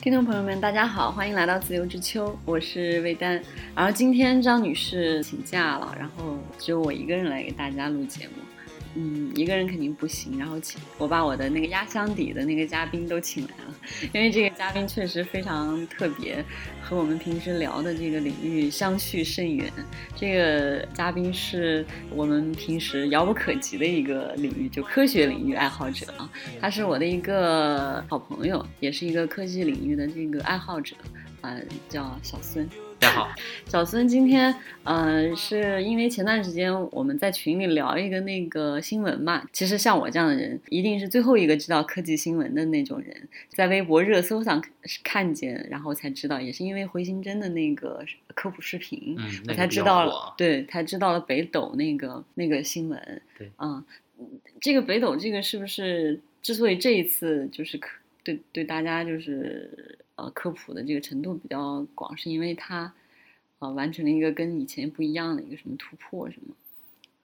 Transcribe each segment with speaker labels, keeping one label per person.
Speaker 1: 听众朋友们，大家好，欢迎来到自由之秋，我是魏丹。然后今天张女士请假了，然后只有我一个人来给大家录节目。嗯，一个人肯定不行，然后请我把我的那个压箱底的那个嘉宾都请来了，因为这个嘉宾确实非常特别，和我们平时聊的这个领域相去甚远。这个嘉宾是我们平时遥不可及的一个领域，就科学领域爱好者啊，他是我的一个好朋友，也是一个科技领域的这个爱好者，啊、叫小孙。
Speaker 2: 大家好，
Speaker 1: 小孙今天，呃，是因为前段时间我们在群里聊一个那个新闻嘛，其实像我这样的人，一定是最后一个知道科技新闻的那种人，在微博热搜上看看见，然后才知道，也是因为回形针的那个科普视频，
Speaker 2: 嗯，那
Speaker 1: 我
Speaker 2: 个
Speaker 1: 才
Speaker 2: 比
Speaker 1: 知
Speaker 2: 较
Speaker 1: 道
Speaker 2: 火
Speaker 1: 了，对，才知道了北斗那个那个新闻，
Speaker 2: 对
Speaker 1: 嗯，这个北斗这个是不是之所以这一次就是科对对大家就是呃科普的这个程度比较广，是因为它呃完成了一个跟以前不一样的一个什么突破，是吗？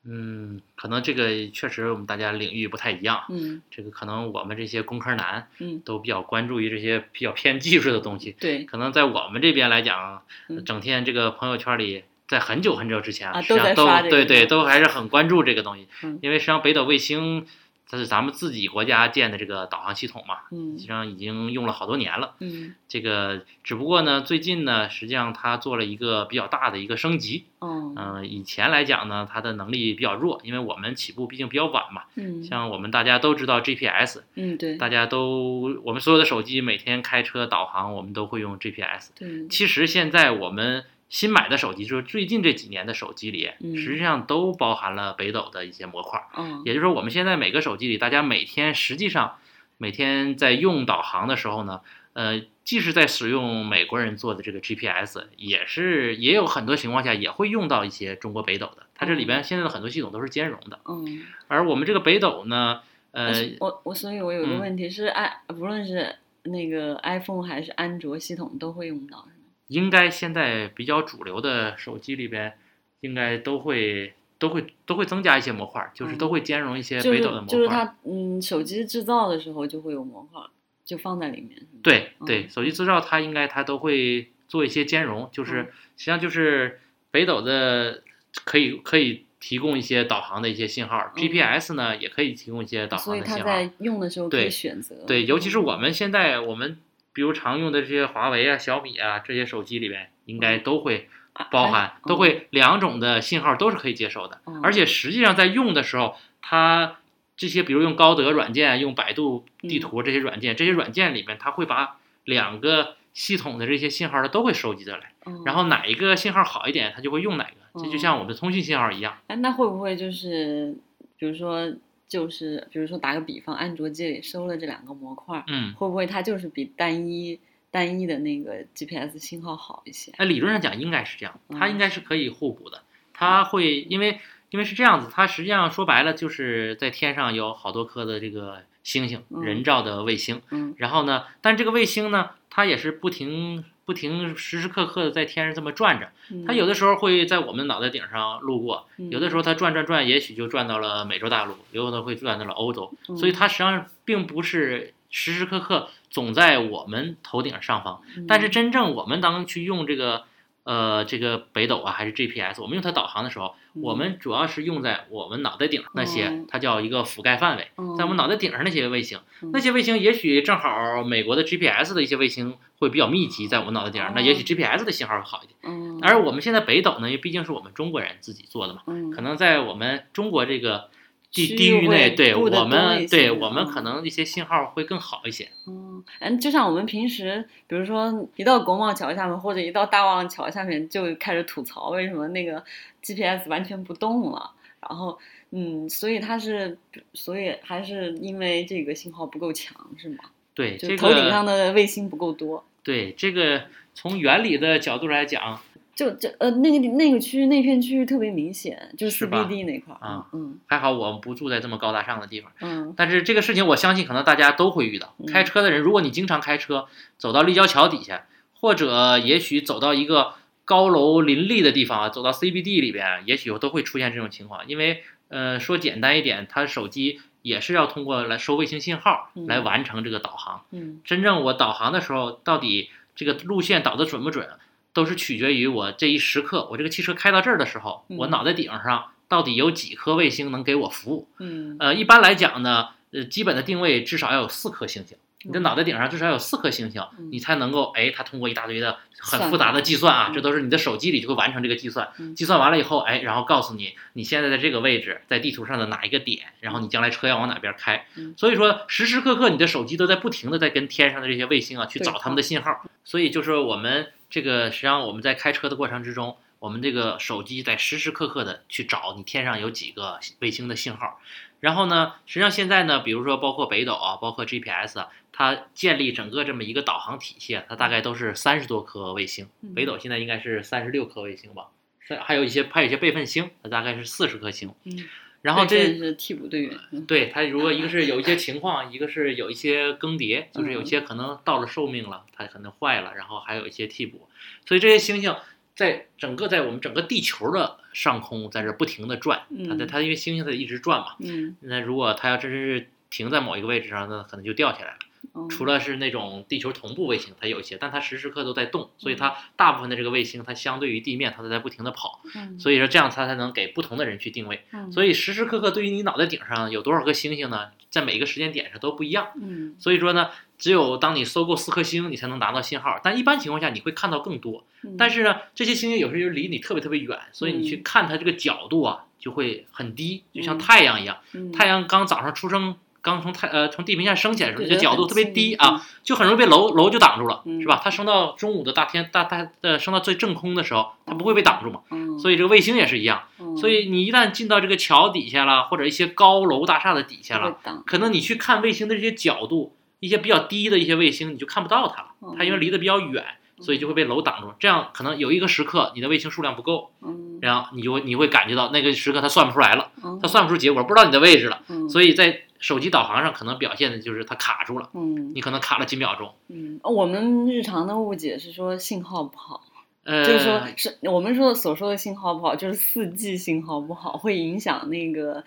Speaker 2: 嗯，可能这个确实我们大家领域不太一样，
Speaker 1: 嗯
Speaker 2: 这个可能我们这些工科男
Speaker 1: 嗯，
Speaker 2: 都比较关注于这些比较偏技术的东西，
Speaker 1: 对
Speaker 2: 可能在我们这边来讲
Speaker 1: 嗯，
Speaker 2: 整天这个朋友圈里。在很久很久之前，
Speaker 1: 啊
Speaker 2: 实
Speaker 1: 都
Speaker 2: 际上
Speaker 1: 在
Speaker 2: 都
Speaker 1: 刷这个
Speaker 2: 对对，
Speaker 1: 东西
Speaker 2: 都还是很关注这个东西，
Speaker 1: 嗯
Speaker 2: 因为实际上北斗卫星它是咱们自己国家建的这个导航系统嘛，
Speaker 1: 嗯
Speaker 2: 实际上已经用了好多年了。
Speaker 1: 嗯
Speaker 2: 这个只不过呢，最近呢，实际上它做了一个比较大的一个升级，
Speaker 1: 哦
Speaker 2: 嗯，以前来讲呢，它的能力比较弱，因为我们起步毕竟比较晚嘛。
Speaker 1: 嗯
Speaker 2: 像我们大家都知道 GPS，
Speaker 1: 嗯对
Speaker 2: 大家都我们所有的手机每天开车导航，我们都会用 GPS。
Speaker 1: 对
Speaker 2: 其实现在我们新买的手机，就是最近这几年的手机里
Speaker 1: 嗯，
Speaker 2: 实际上都包含了北斗的一些模块。
Speaker 1: 哦
Speaker 2: 也就是说，我们现在每个手机里，大家每天实际上每天在用导航的时候呢，呃，即使在使用美国人做的这个 GPS，也是也有很多情况下也会用到一些中国北斗的。它这里边现在的很多系统都是兼容的，
Speaker 1: 嗯。
Speaker 2: 而我们这个北斗呢，呃，
Speaker 1: 我我所以，我有个
Speaker 2: 嗯
Speaker 1: 问题是，i 不论是那个 iPhone 还是安卓系统都会用到，是吗？
Speaker 2: 应该现在比较主流的手机里边，应该都会。都会都会增加一些模块，就是都会兼容一些
Speaker 1: 嗯就
Speaker 2: 北
Speaker 1: 是
Speaker 2: 斗的模块。
Speaker 1: 就是它嗯，手机制造的时候就会有模块，就放在里面，是吗？
Speaker 2: 对
Speaker 1: 嗯
Speaker 2: 对，手机制造它应该它都会做一些兼容，就是
Speaker 1: 嗯
Speaker 2: 实际上就是北斗的可以可以提供一些导航的一些信号，GPS 呢也可以提供一些导
Speaker 1: 嗯所
Speaker 2: 航
Speaker 1: 以
Speaker 2: 的
Speaker 1: 它
Speaker 2: 信号。
Speaker 1: 在用的时候可以
Speaker 2: 对
Speaker 1: 选择。
Speaker 2: 对，尤其是
Speaker 1: 嗯
Speaker 2: 我们现在我们比如常用的这些华为啊、小米啊这些手机里边，应该都会
Speaker 1: 啊
Speaker 2: 包
Speaker 1: 哎
Speaker 2: 含
Speaker 1: 嗯
Speaker 2: 都会两种的信号都是可以接收的，
Speaker 1: 嗯
Speaker 2: 而且实际上在用的时候，它这些比如用高德软件、用百度地图这些软件，这些软件里面它会把两个系统的这些信号它都会收集着来，
Speaker 1: 嗯
Speaker 2: 然后哪一个信号好一点，它就会用哪个，这就像我们通讯信号一样。
Speaker 1: 哎，那会不会就是，比如说就是，比如说打个比方，安卓机里收了这两个模块，
Speaker 2: 嗯，
Speaker 1: 会不会它就是比单一单一的那个 GPS 信号好一些？
Speaker 2: 那理论上讲应该是这样，它
Speaker 1: 嗯
Speaker 2: 应该是可以互补的，它会因为因为是这样子，它实际上说白了就是在天上有好多颗的这个星星，
Speaker 1: 嗯
Speaker 2: 人造的卫星。
Speaker 1: 嗯
Speaker 2: 然后呢，但这个卫星呢，它也是不停不停时时刻刻的在天上这么转着，
Speaker 1: 嗯，
Speaker 2: 它有的时候会在我们脑袋顶上路过，有的时候
Speaker 1: 候，
Speaker 2: 它转转转，也许就转到了美洲大陆，也有可能会转到了欧洲，所以
Speaker 1: 嗯
Speaker 2: 它实际上并不是时时刻刻总在我们头顶上方。但是
Speaker 1: 嗯
Speaker 2: 真正我们当去用这个呃这个北斗啊，还是 GPS，我们用它导航的时候，我们主要是用在我们脑袋顶上那些
Speaker 1: 嗯，
Speaker 2: 它叫一个覆盖范围。
Speaker 1: 嗯
Speaker 2: 在我们脑袋顶上那些卫星
Speaker 1: 嗯，
Speaker 2: 那些卫星也许正好美国的 GPS 的一些卫星会比较密集在我们脑袋顶上，那也许
Speaker 1: 哦
Speaker 2: GPS 的信号会好一点。
Speaker 1: 嗯
Speaker 2: 而我们现在北斗呢，因为毕竟是我们中国人自己做的嘛，
Speaker 1: 嗯
Speaker 2: 可能在我们中国这个地
Speaker 1: 区域
Speaker 2: 地域内，
Speaker 1: 会
Speaker 2: 对
Speaker 1: 布得
Speaker 2: 我
Speaker 1: 多一
Speaker 2: 们
Speaker 1: 些
Speaker 2: 对我们
Speaker 1: 嗯
Speaker 2: 可能一些信号会更好一些。
Speaker 1: 嗯，嗯，就像我们平时，比如说一到国贸桥下面，或者一到大望桥下面，就开始吐槽为什么那个 GPS 完全不动了。然后，嗯，所以它是，所以还是因为这个信号不够强，是吗？
Speaker 2: 对，
Speaker 1: 就
Speaker 2: 这
Speaker 1: 头顶上
Speaker 2: 个
Speaker 1: 的卫星不够多。
Speaker 2: 对这个从原理的角度来讲
Speaker 1: 就就呃，那个地那个区那片区域特别明显，就是
Speaker 2: 吧
Speaker 1: CBD 那块儿。
Speaker 2: 啊
Speaker 1: 嗯
Speaker 2: 还好，我们不住在这么高大上的地方。
Speaker 1: 嗯
Speaker 2: 但是这个事情，我相信可能大家都会遇到
Speaker 1: 嗯。
Speaker 2: 开车的人，如果你经常开车走到立交桥底下，或者也许走到一个高楼林立的地方啊，走到 CBD 里边，也许都会出现这种情况。因为呃，说简单一点，它手机也是要通过来收卫星信号
Speaker 1: 嗯
Speaker 2: 来完成这个导航。
Speaker 1: 嗯
Speaker 2: 真正我导航的时候，到底这个路线导的准不准，都是取决于我这一时刻，我这个汽车开到这儿的时候，
Speaker 1: 嗯
Speaker 2: 我脑袋顶上到底有几颗卫星能给我服务。
Speaker 1: 嗯，
Speaker 2: 呃，一般来讲呢，呃，基本的定位至少要有四颗星星。你的脑袋顶上至少要有四颗星星，
Speaker 1: 嗯
Speaker 2: 你才能够哎，它通过一大堆的很
Speaker 1: 算
Speaker 2: 复杂
Speaker 1: 法
Speaker 2: 的计算啊，
Speaker 1: 嗯
Speaker 2: 这都是你的手机里就会完成这个计算。
Speaker 1: 嗯
Speaker 2: 计算完了以后，哎，然后告诉你你现在在这个位置，在地图上的哪一个点，然后你将来车要往哪边开。
Speaker 1: 嗯
Speaker 2: 所以说，时时刻刻你的手机都在不停的在跟天上的这些卫星啊去
Speaker 1: 对
Speaker 2: 找他们的信号。所以就是我们这个实际上我们在开车的过程之中，我们这个手机在时时刻刻的去找你天上有几个卫星的信号。然后呢，实际上现在呢，比如说包括北斗啊，包括 GPS 啊，它建立整个这么一个导航体系啊，它大概都是三十多颗卫星。
Speaker 1: 嗯
Speaker 2: 北斗现在应该是三十六颗卫星吧，三还有一些还有一些备份星，它大概是四十颗星。
Speaker 1: 嗯
Speaker 2: 然后
Speaker 1: 对
Speaker 2: 这
Speaker 1: 这是替补队员，嗯
Speaker 2: 对它如果一个是有一些情况，一个是有一些更迭，就是
Speaker 1: 嗯
Speaker 2: 有些可能到了寿命了，它可能坏了，然后还有一些替补，所以这些星星在整个在我们整个地球的上空在这不停的转，它在
Speaker 1: 嗯
Speaker 2: 它因为星星在一直转嘛，
Speaker 1: 嗯，
Speaker 2: 那如果它要真是停在某一个位置上，那可能就掉下来了。
Speaker 1: 哦
Speaker 2: 除了是那种地球同步卫星，它有一些，但它时时刻都在动，所以它大部分的这个卫星，它相对于地面，它都在不停的跑，
Speaker 1: 嗯
Speaker 2: 所以说这样它才能给不同的人去定位。
Speaker 1: 嗯
Speaker 2: 所以时时刻刻对于你脑袋顶上有多少颗星星呢，在每个时间点上都不一样。
Speaker 1: 嗯
Speaker 2: 所以说呢，只有当你搜够四颗星，你才能拿到信号，但一般情况下你会看到更多。
Speaker 1: 嗯
Speaker 2: 但是呢，这些星星有时候离你特别特别远，所以你去看它这个角度啊，就会很低，就像
Speaker 1: 嗯
Speaker 2: 太阳一样。
Speaker 1: 嗯
Speaker 2: 太阳刚早上出生，刚从太呃从地平线升起来的时
Speaker 1: 对
Speaker 2: 候，那个
Speaker 1: 觉得
Speaker 2: 角度
Speaker 1: 很
Speaker 2: 特别
Speaker 1: 近
Speaker 2: 低啊，就很容易被楼楼就挡住了，
Speaker 1: 嗯
Speaker 2: 是吧？它升到中午的大天大大呃升到最正空的时候，它不会被挡住嘛。
Speaker 1: 嗯，
Speaker 2: 所以这个卫星也是一样，
Speaker 1: 以
Speaker 2: 所以你一旦进到这个桥底下啦，或者一些高楼大厦的底下
Speaker 1: 会
Speaker 2: 啦，
Speaker 1: 挡，
Speaker 2: 可能你去看卫星的这些角度，一些比较低的一些卫星，你就看不到它了，
Speaker 1: 嗯
Speaker 2: 它因为离得比较远。所以就会被楼挡住，这样可能有一个时刻你的卫星数量不够，
Speaker 1: 嗯，
Speaker 2: 然后你就会你会感觉到那个时刻它算不出来了，
Speaker 1: 嗯
Speaker 2: 它算不出结果，不知道你的位置了，
Speaker 1: 嗯
Speaker 2: 所以在手机导航上可能表现的就是它卡住了，
Speaker 1: 嗯
Speaker 2: 你可能卡了几秒钟。
Speaker 1: 嗯，我们日常的误解是说信号不好，
Speaker 2: 呃，
Speaker 1: 就是说是我们说的所说的信号不好，就是四 G 信号不好，会影响那个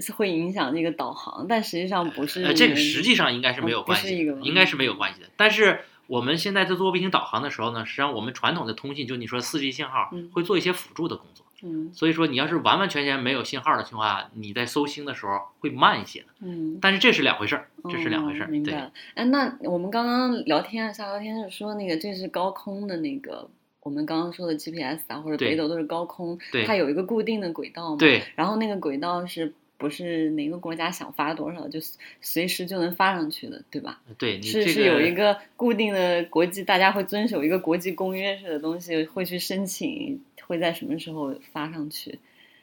Speaker 1: 是会影响那个导航，但实际上不是。
Speaker 2: 呃，这个实际上应该是没有
Speaker 1: 嗯不
Speaker 2: 关
Speaker 1: 是
Speaker 2: 系
Speaker 1: 一
Speaker 2: 的，
Speaker 1: 个
Speaker 2: 应该是没有关系的。但是我们现在在做卫星导航的时候呢，实际上我们传统的通信，就你说4 G 信号
Speaker 1: 嗯
Speaker 2: 会做一些辅助的工作。
Speaker 1: 嗯
Speaker 2: 所以说，你要是完完全全没有信号的情况下，你在搜星的时候会慢一些的。
Speaker 1: 嗯，
Speaker 2: 但是这是两回事儿，这是两回事
Speaker 1: 哦
Speaker 2: 儿。
Speaker 1: 明白
Speaker 2: 对，
Speaker 1: 了。哎，那我们刚刚聊天啊，瞎聊天是说那个这是高空的那个，我们刚刚说的 GPS 啊，或者
Speaker 2: 对
Speaker 1: 北斗都是高空，
Speaker 2: 对
Speaker 1: 它有一个固定的轨道嘛。。
Speaker 2: 对，
Speaker 1: 然后那个轨道是不是哪个国家想发多少就随随时就能发上去的，对吧？
Speaker 2: 对，你
Speaker 1: 是
Speaker 2: 哎这
Speaker 1: 是有一
Speaker 2: 个
Speaker 1: 个固定的国际，大家会遵守一个国际公约式的东西，会去申请，会在什么时候发上去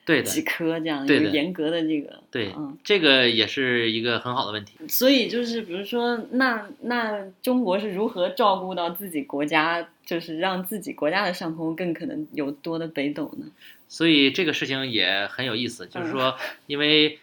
Speaker 2: 对
Speaker 1: 几
Speaker 2: 的，
Speaker 1: 颗这样一
Speaker 2: 对
Speaker 1: 个
Speaker 2: 的
Speaker 1: 严格的这个
Speaker 2: 对
Speaker 1: 嗯，
Speaker 2: 这个也是一个很好的问题。
Speaker 1: 所以就是比如说，那那中国是如何照顾到自己国家，就是让自己国家的上空更可能有多的北斗呢？
Speaker 2: 所以这个事情也很有意思，
Speaker 1: 嗯
Speaker 2: 就是说，因为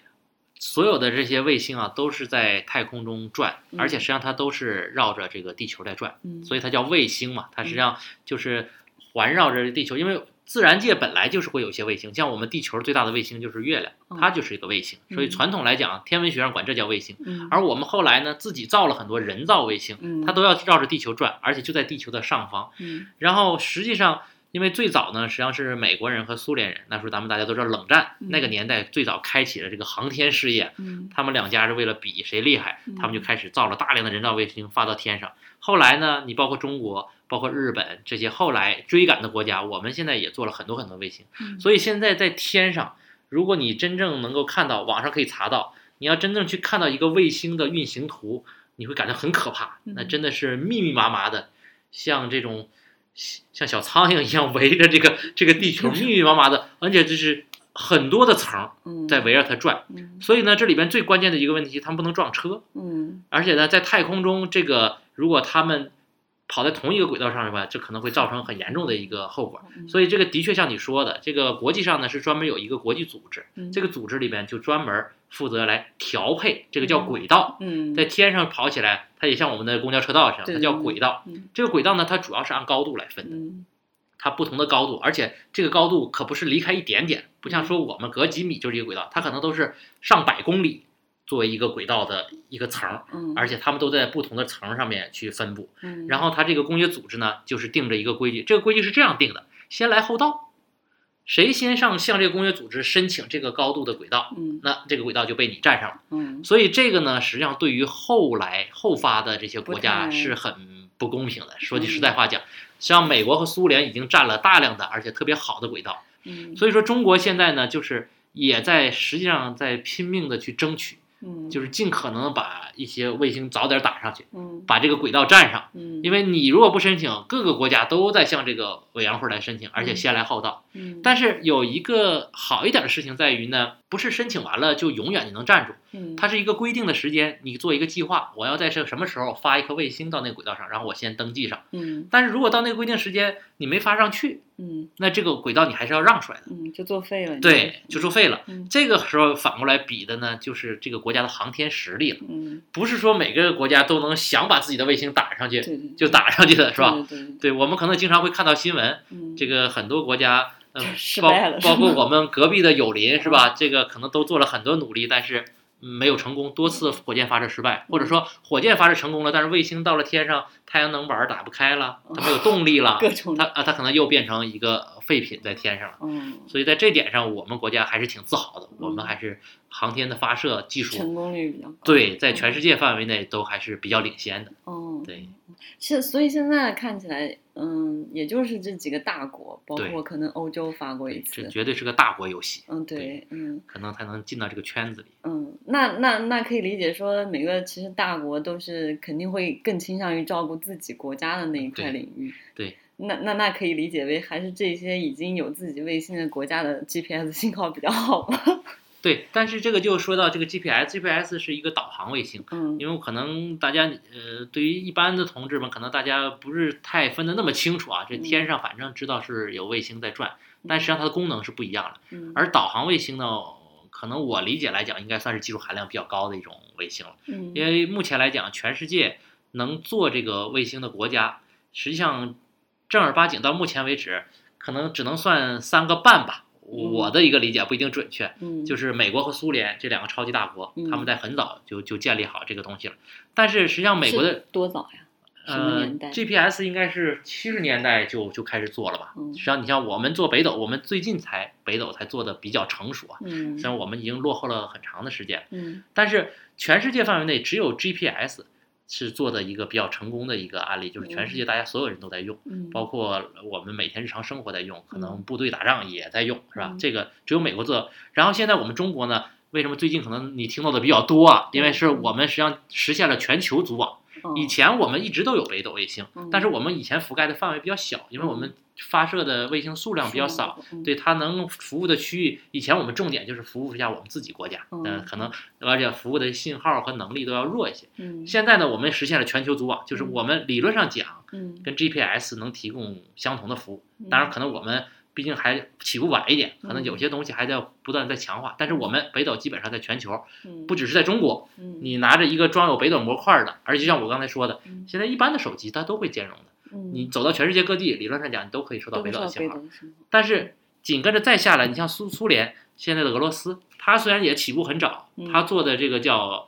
Speaker 2: 所有的这些卫星啊，都是在太空中转，
Speaker 1: 嗯
Speaker 2: 而且实际上它都是绕着这个地球在转，
Speaker 1: 嗯，
Speaker 2: 所
Speaker 1: 以
Speaker 2: 以它叫卫星嘛，它实际上就是环绕着地球，因为。自然界本来就是会有一些卫星，像我们地球最大的卫星就是月亮，
Speaker 1: 哦
Speaker 2: 它就是一个卫星。所以
Speaker 1: 嗯
Speaker 2: 传统来讲，天文学上管这叫卫星。
Speaker 1: 嗯
Speaker 2: 而我们后来呢，自己造了很多人造卫
Speaker 1: 嗯
Speaker 2: 星，它都要绕着地球转，而且就在地球的上方。
Speaker 1: 嗯
Speaker 2: 然后实际上，因为最早呢，实际上是美国人和苏联人，那时候咱们大家都知道冷战、
Speaker 1: 嗯
Speaker 2: 那个年代最早开启了这个航天事业，
Speaker 1: 嗯
Speaker 2: 他们两家是为了比谁厉害
Speaker 1: 嗯，
Speaker 2: 他们就开始造了大量的人造卫星发到天上。后来呢，你包括中国、包括日本这些后来追赶的国家，我们现在也做了很多很多卫星。
Speaker 1: 嗯
Speaker 2: 所以现在在天上，如果你真正能够看到，网上可以查到，你要真正去看到一个卫星的运行图，你会感觉很可怕，
Speaker 1: 嗯
Speaker 2: 那真的是密密麻麻的，像这种像小苍蝇一样围着这个这个地球密密麻麻的，而且就是很多的层儿
Speaker 1: 嗯
Speaker 2: 在围绕它转。
Speaker 1: 嗯
Speaker 2: 所以呢，这里边最关键的一个问题，他们不能撞车，
Speaker 1: 嗯
Speaker 2: 而且呢，在太空中，这个如果他们跑在同一个轨道上面吧，这可能会造成很严重的一个后果。
Speaker 1: 嗯
Speaker 2: 所以这个的确像你说的，这个国际上呢是专门有一个国际组织，
Speaker 1: 嗯
Speaker 2: 这个组织里面就专门负责来调配，这个叫轨道，
Speaker 1: 嗯
Speaker 2: 在天上跑起来，它也像我们的公交车道一样，
Speaker 1: 对
Speaker 2: 它叫轨道
Speaker 1: 嗯。
Speaker 2: 这个轨道呢，它主要是按高度来分的，
Speaker 1: 嗯
Speaker 2: 它不同的高度，而且这个高度可不是离开一点点，不像说我们隔几米就是一个轨道，它可能都是上百公里。作为一个轨道的一个层儿，
Speaker 1: 嗯，
Speaker 2: 而且它们都在不同的层儿上面去分布。
Speaker 1: 嗯
Speaker 2: 然后它这个工业组织呢，就是定着一个规矩，这个规矩是这样定的：先来后到，谁先上向这个工业组织申请这个高度的轨道，
Speaker 1: 嗯
Speaker 2: 那这个轨道就被你占上了。
Speaker 1: 嗯
Speaker 2: 所以这个呢，实际上对于后来后发的这些国
Speaker 1: 不太嗯
Speaker 2: 家是很不公平的。说句实在话讲，像美国和苏联已经占了大量的而且特别好的轨道，
Speaker 1: 嗯，
Speaker 2: 所以说中国现在呢，就是也在实际上在拼命的去争取，
Speaker 1: 以
Speaker 2: 就是是尽可能地把一些卫星早点打上去，
Speaker 1: 嗯
Speaker 2: 把这个轨道占上。
Speaker 1: 嗯，
Speaker 2: 因为你如果不申请，各个国家都在向这个委员会来申请，而且先来后到。
Speaker 1: 嗯，
Speaker 2: 但是有一个好一点的事情在于呢，不是申请完了就永远就能站住，
Speaker 1: 嗯
Speaker 2: 它是一个规定的时间，你做一个计划，我要在这什么时候发一颗卫星到那个轨道上，然后我先登记上。
Speaker 1: 嗯
Speaker 2: 但是如果到那个规定时间你没发上去，
Speaker 1: 嗯
Speaker 2: 那这个轨道你还是要让出来的，
Speaker 1: 嗯，就作废了，
Speaker 2: 对，就作废了。
Speaker 1: 嗯
Speaker 2: 这个时候反过来比的呢，就是这个国家的航天实力了，
Speaker 1: 嗯，
Speaker 2: 不是说每个国家都能想把自己的卫星打上去
Speaker 1: 对对，
Speaker 2: 就打上去的是吧？
Speaker 1: 对对对，
Speaker 2: 对，我们可能经常会看到新闻，
Speaker 1: 嗯，
Speaker 2: 这个很多国家，呃
Speaker 1: 失，
Speaker 2: 包
Speaker 1: 败了
Speaker 2: 包
Speaker 1: 是嗯
Speaker 2: 括我们隔壁的友邻是吧？这个可能都做了很多努力，但是嗯没有成功，多次火箭发射失败，或者说火箭发射成功了，但是卫星到了天上，太阳能板打不开了，它没有动力了，
Speaker 1: 各种
Speaker 2: 它啊，它可能又变成一个废品在天上了。
Speaker 1: 嗯，
Speaker 2: 所以在这点上，我们国家还是挺自豪的，我
Speaker 1: 嗯
Speaker 2: 们还是航天的发射技术，
Speaker 1: 成功嗯率比较高，
Speaker 2: 对，在全世界范围内都还是比较领先的。
Speaker 1: 哦，
Speaker 2: 对，
Speaker 1: 现所以现在看起来，嗯，也就是这几个大国，包
Speaker 2: 对
Speaker 1: 括可能欧洲发过一
Speaker 2: 这
Speaker 1: 次，
Speaker 2: 绝对是个大国游戏，
Speaker 1: 嗯，对，嗯
Speaker 2: 可能才能进到这个圈子里。
Speaker 1: 嗯，那那那可以理解说，每个其实大国都是肯定会更倾向于照顾自己国家的那一块
Speaker 2: 对
Speaker 1: 领域，
Speaker 2: 对
Speaker 1: 那那那可以理解为还是这些已经有自己卫星的国家的 GPS 信号比较好吧？
Speaker 2: 对，但是这个就说到这个 GPS，GPS 是一个导航卫星，
Speaker 1: 嗯
Speaker 2: 因为可能大家呃，对于一般的同志们，可能大家不是太分得那么清楚啊。这
Speaker 1: 嗯
Speaker 2: 天上反正知道是有卫星在转，但实际上它的功能是不一样的。
Speaker 1: 嗯，
Speaker 2: 而导航卫星呢，可能我理解来讲，应该算是技术含量比较高的一种卫星了，
Speaker 1: 嗯
Speaker 2: 因为目前来讲，全世界能做这个卫星的国家，实际上正儿八经到目前为止，可能只能算三个半吧。我的一个理解不一定准确，
Speaker 1: 嗯
Speaker 2: 就是美国和苏联这两个超级大国
Speaker 1: 嗯，
Speaker 2: 他们在很早就就建立好这个东西了。但是实际上，美国
Speaker 1: 是
Speaker 2: 的
Speaker 1: 多早呀？什么
Speaker 2: 呃
Speaker 1: 年代
Speaker 2: GPS 应该是七十年代就就开始做了吧？
Speaker 1: 嗯
Speaker 2: 实际上，你像我们做北斗，我们最近才北斗才做的比较成熟啊。
Speaker 1: 嗯
Speaker 2: 虽然我们已经落后了很长的时间，
Speaker 1: 嗯
Speaker 2: 但是全世界范围内只有 GPS 是做的一个比较成功的一个案例，就是全世界大家所有人都在用，
Speaker 1: 嗯，
Speaker 2: 包括我们每天日常生活在用，可
Speaker 1: 嗯
Speaker 2: 能部队打仗也在用，是吧
Speaker 1: 嗯？
Speaker 2: 这个只有美国做。然后现在我们中国呢，为什么最近可能你听到的比较多啊？因为是
Speaker 1: 嗯
Speaker 2: 我们实际上实现了全球组网。
Speaker 1: 哦
Speaker 2: 以前我们一直都有北斗卫星
Speaker 1: 嗯，
Speaker 2: 但是我们以前覆盖的范围比较小，因为我们发射的卫星数量比较少，，
Speaker 1: 嗯
Speaker 2: 对它能服务的区域，以前我们重点就是服务一下我们自己国家，
Speaker 1: 嗯
Speaker 2: 呃，可能而且服务的信号和能力都要弱一些。
Speaker 1: 嗯
Speaker 2: 现在呢，我们实现了全球组网，就是
Speaker 1: 嗯
Speaker 2: 我们理论上讲
Speaker 1: 嗯，
Speaker 2: 跟 GPS 能提供相同的服务，当然可能我们毕竟还起步晚一点，
Speaker 1: 嗯
Speaker 2: 可能有些东西还在不断地在强化，但是我们北斗基本上在全球，
Speaker 1: 嗯
Speaker 2: 不只是在中国，
Speaker 1: 嗯
Speaker 2: 你拿着一个装有北斗模块的，而且就像我刚才说的，
Speaker 1: 嗯
Speaker 2: 现在一般的手机它都会兼容的，
Speaker 1: 嗯
Speaker 2: 你走到全世界各地，理论上讲你都可以收到
Speaker 1: 都
Speaker 2: 北
Speaker 1: 不知
Speaker 2: 斗的
Speaker 1: 道
Speaker 2: 信
Speaker 1: 北
Speaker 2: 号
Speaker 1: 斗。的信号，
Speaker 2: 但是紧跟着再下来，你像苏苏联现在的俄罗斯，它虽然也起步很早
Speaker 1: 嗯，
Speaker 2: 它做的这个叫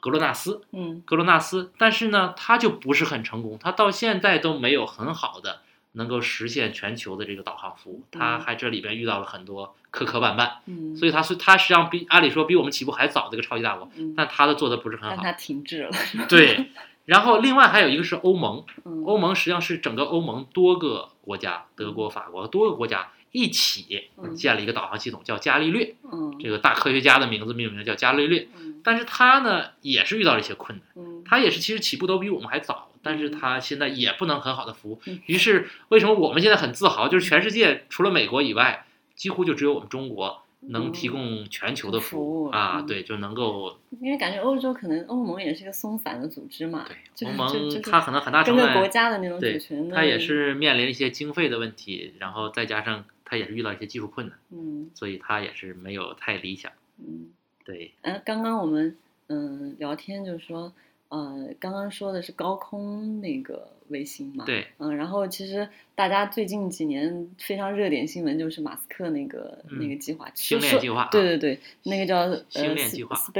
Speaker 2: 格罗纳斯，
Speaker 1: 嗯
Speaker 2: 格罗纳斯，但是呢，它就不是很成功，它到现在都没有很好的能够实现全球的这个导航服务，它
Speaker 1: 嗯
Speaker 2: 还这里边遇到了很多磕磕绊绊，
Speaker 1: 嗯，
Speaker 2: 所以它是它实际上比按理说比我们起步还早，这个超级大国，
Speaker 1: 嗯
Speaker 2: 但它的做的不是很
Speaker 1: 但
Speaker 2: 好，
Speaker 1: 它停滞了，
Speaker 2: 对。然后另外还有一个是欧盟，
Speaker 1: 嗯
Speaker 2: 欧盟实际上是整个欧盟多个国家，德国、法国多个国家一起
Speaker 1: 嗯
Speaker 2: 建了一个导航系统，叫伽利略。
Speaker 1: 嗯
Speaker 2: 这个大科学家的名字命名的叫伽利略。
Speaker 1: 嗯
Speaker 2: 但是他呢，也是遇到了一些困难，
Speaker 1: 嗯
Speaker 2: 他也是其实起步都比我们还早，但是他现在也不能很好的服务
Speaker 1: 嗯。
Speaker 2: 于是为什么我们现在很自豪，就是全世界除了美国以外，几乎就只有我们中国能提供全球的服
Speaker 1: 服务
Speaker 2: 务啊，
Speaker 1: 嗯
Speaker 2: 对，就能够
Speaker 1: 因为感觉欧洲可能欧盟也是个松散的组织嘛，就
Speaker 2: 对
Speaker 1: 是
Speaker 2: 欧
Speaker 1: 就就
Speaker 2: 盟，
Speaker 1: 是
Speaker 2: 它可能很大
Speaker 1: 跟
Speaker 2: 程度
Speaker 1: 个国家的那种主
Speaker 2: 对
Speaker 1: 权的，
Speaker 2: 它也是面临一些经费的问题，然后再加上它也是遇到一些技术困难，
Speaker 1: 嗯
Speaker 2: 所以它也是没有太理想。
Speaker 1: 嗯。
Speaker 2: 对，
Speaker 1: 呃，刚刚我们嗯聊天就说，呃，刚刚说的是高空那个卫星嘛，，
Speaker 2: 对，
Speaker 1: 嗯，然后其实大家最近几年非常热点新闻就是马斯克那个、那
Speaker 2: 嗯
Speaker 1: 个计划，
Speaker 2: 星
Speaker 1: 就
Speaker 2: 链
Speaker 1: 说
Speaker 2: 计划啊
Speaker 1: 对对对，那个叫呃
Speaker 2: 星链
Speaker 1: Sp-
Speaker 2: 计划
Speaker 1: ，Space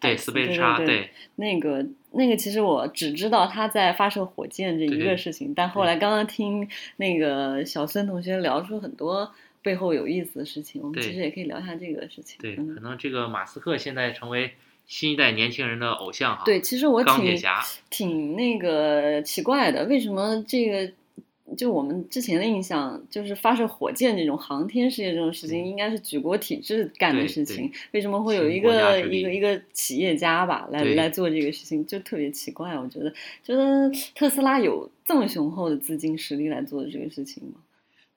Speaker 2: 对
Speaker 1: X，
Speaker 2: Space
Speaker 1: 对
Speaker 2: 叉，
Speaker 1: 对
Speaker 2: 对
Speaker 1: 那个那个，其实我只知道他在发射火箭这一
Speaker 2: 对
Speaker 1: 个事情，但后来刚刚听那个小孙同学聊出很多背后有意思的事情，我们
Speaker 2: 对
Speaker 1: 其实也可以聊一下这个事情。
Speaker 2: 对，
Speaker 1: 嗯
Speaker 2: 可能这个马斯克现在成为新一代年轻人的偶像哈，
Speaker 1: 对，，其实我
Speaker 2: 啊钢铁
Speaker 1: 挺
Speaker 2: 侠，
Speaker 1: 挺那个奇怪的，为什么这个就我们之前的印象，就是发射火箭这种航天事业这种事情，
Speaker 2: 对
Speaker 1: 应该是举国体制干
Speaker 2: 嗯对
Speaker 1: 的事
Speaker 2: 对
Speaker 1: 情，为什么会有
Speaker 2: 倾
Speaker 1: 一
Speaker 2: 国家
Speaker 1: 个
Speaker 2: 之
Speaker 1: 一个
Speaker 2: 力
Speaker 1: 一个企业家吧来
Speaker 2: 对
Speaker 1: 来做这个事情，就特别奇怪。我觉得，觉得特斯拉有这么雄厚的资金实力来做这个事情吗？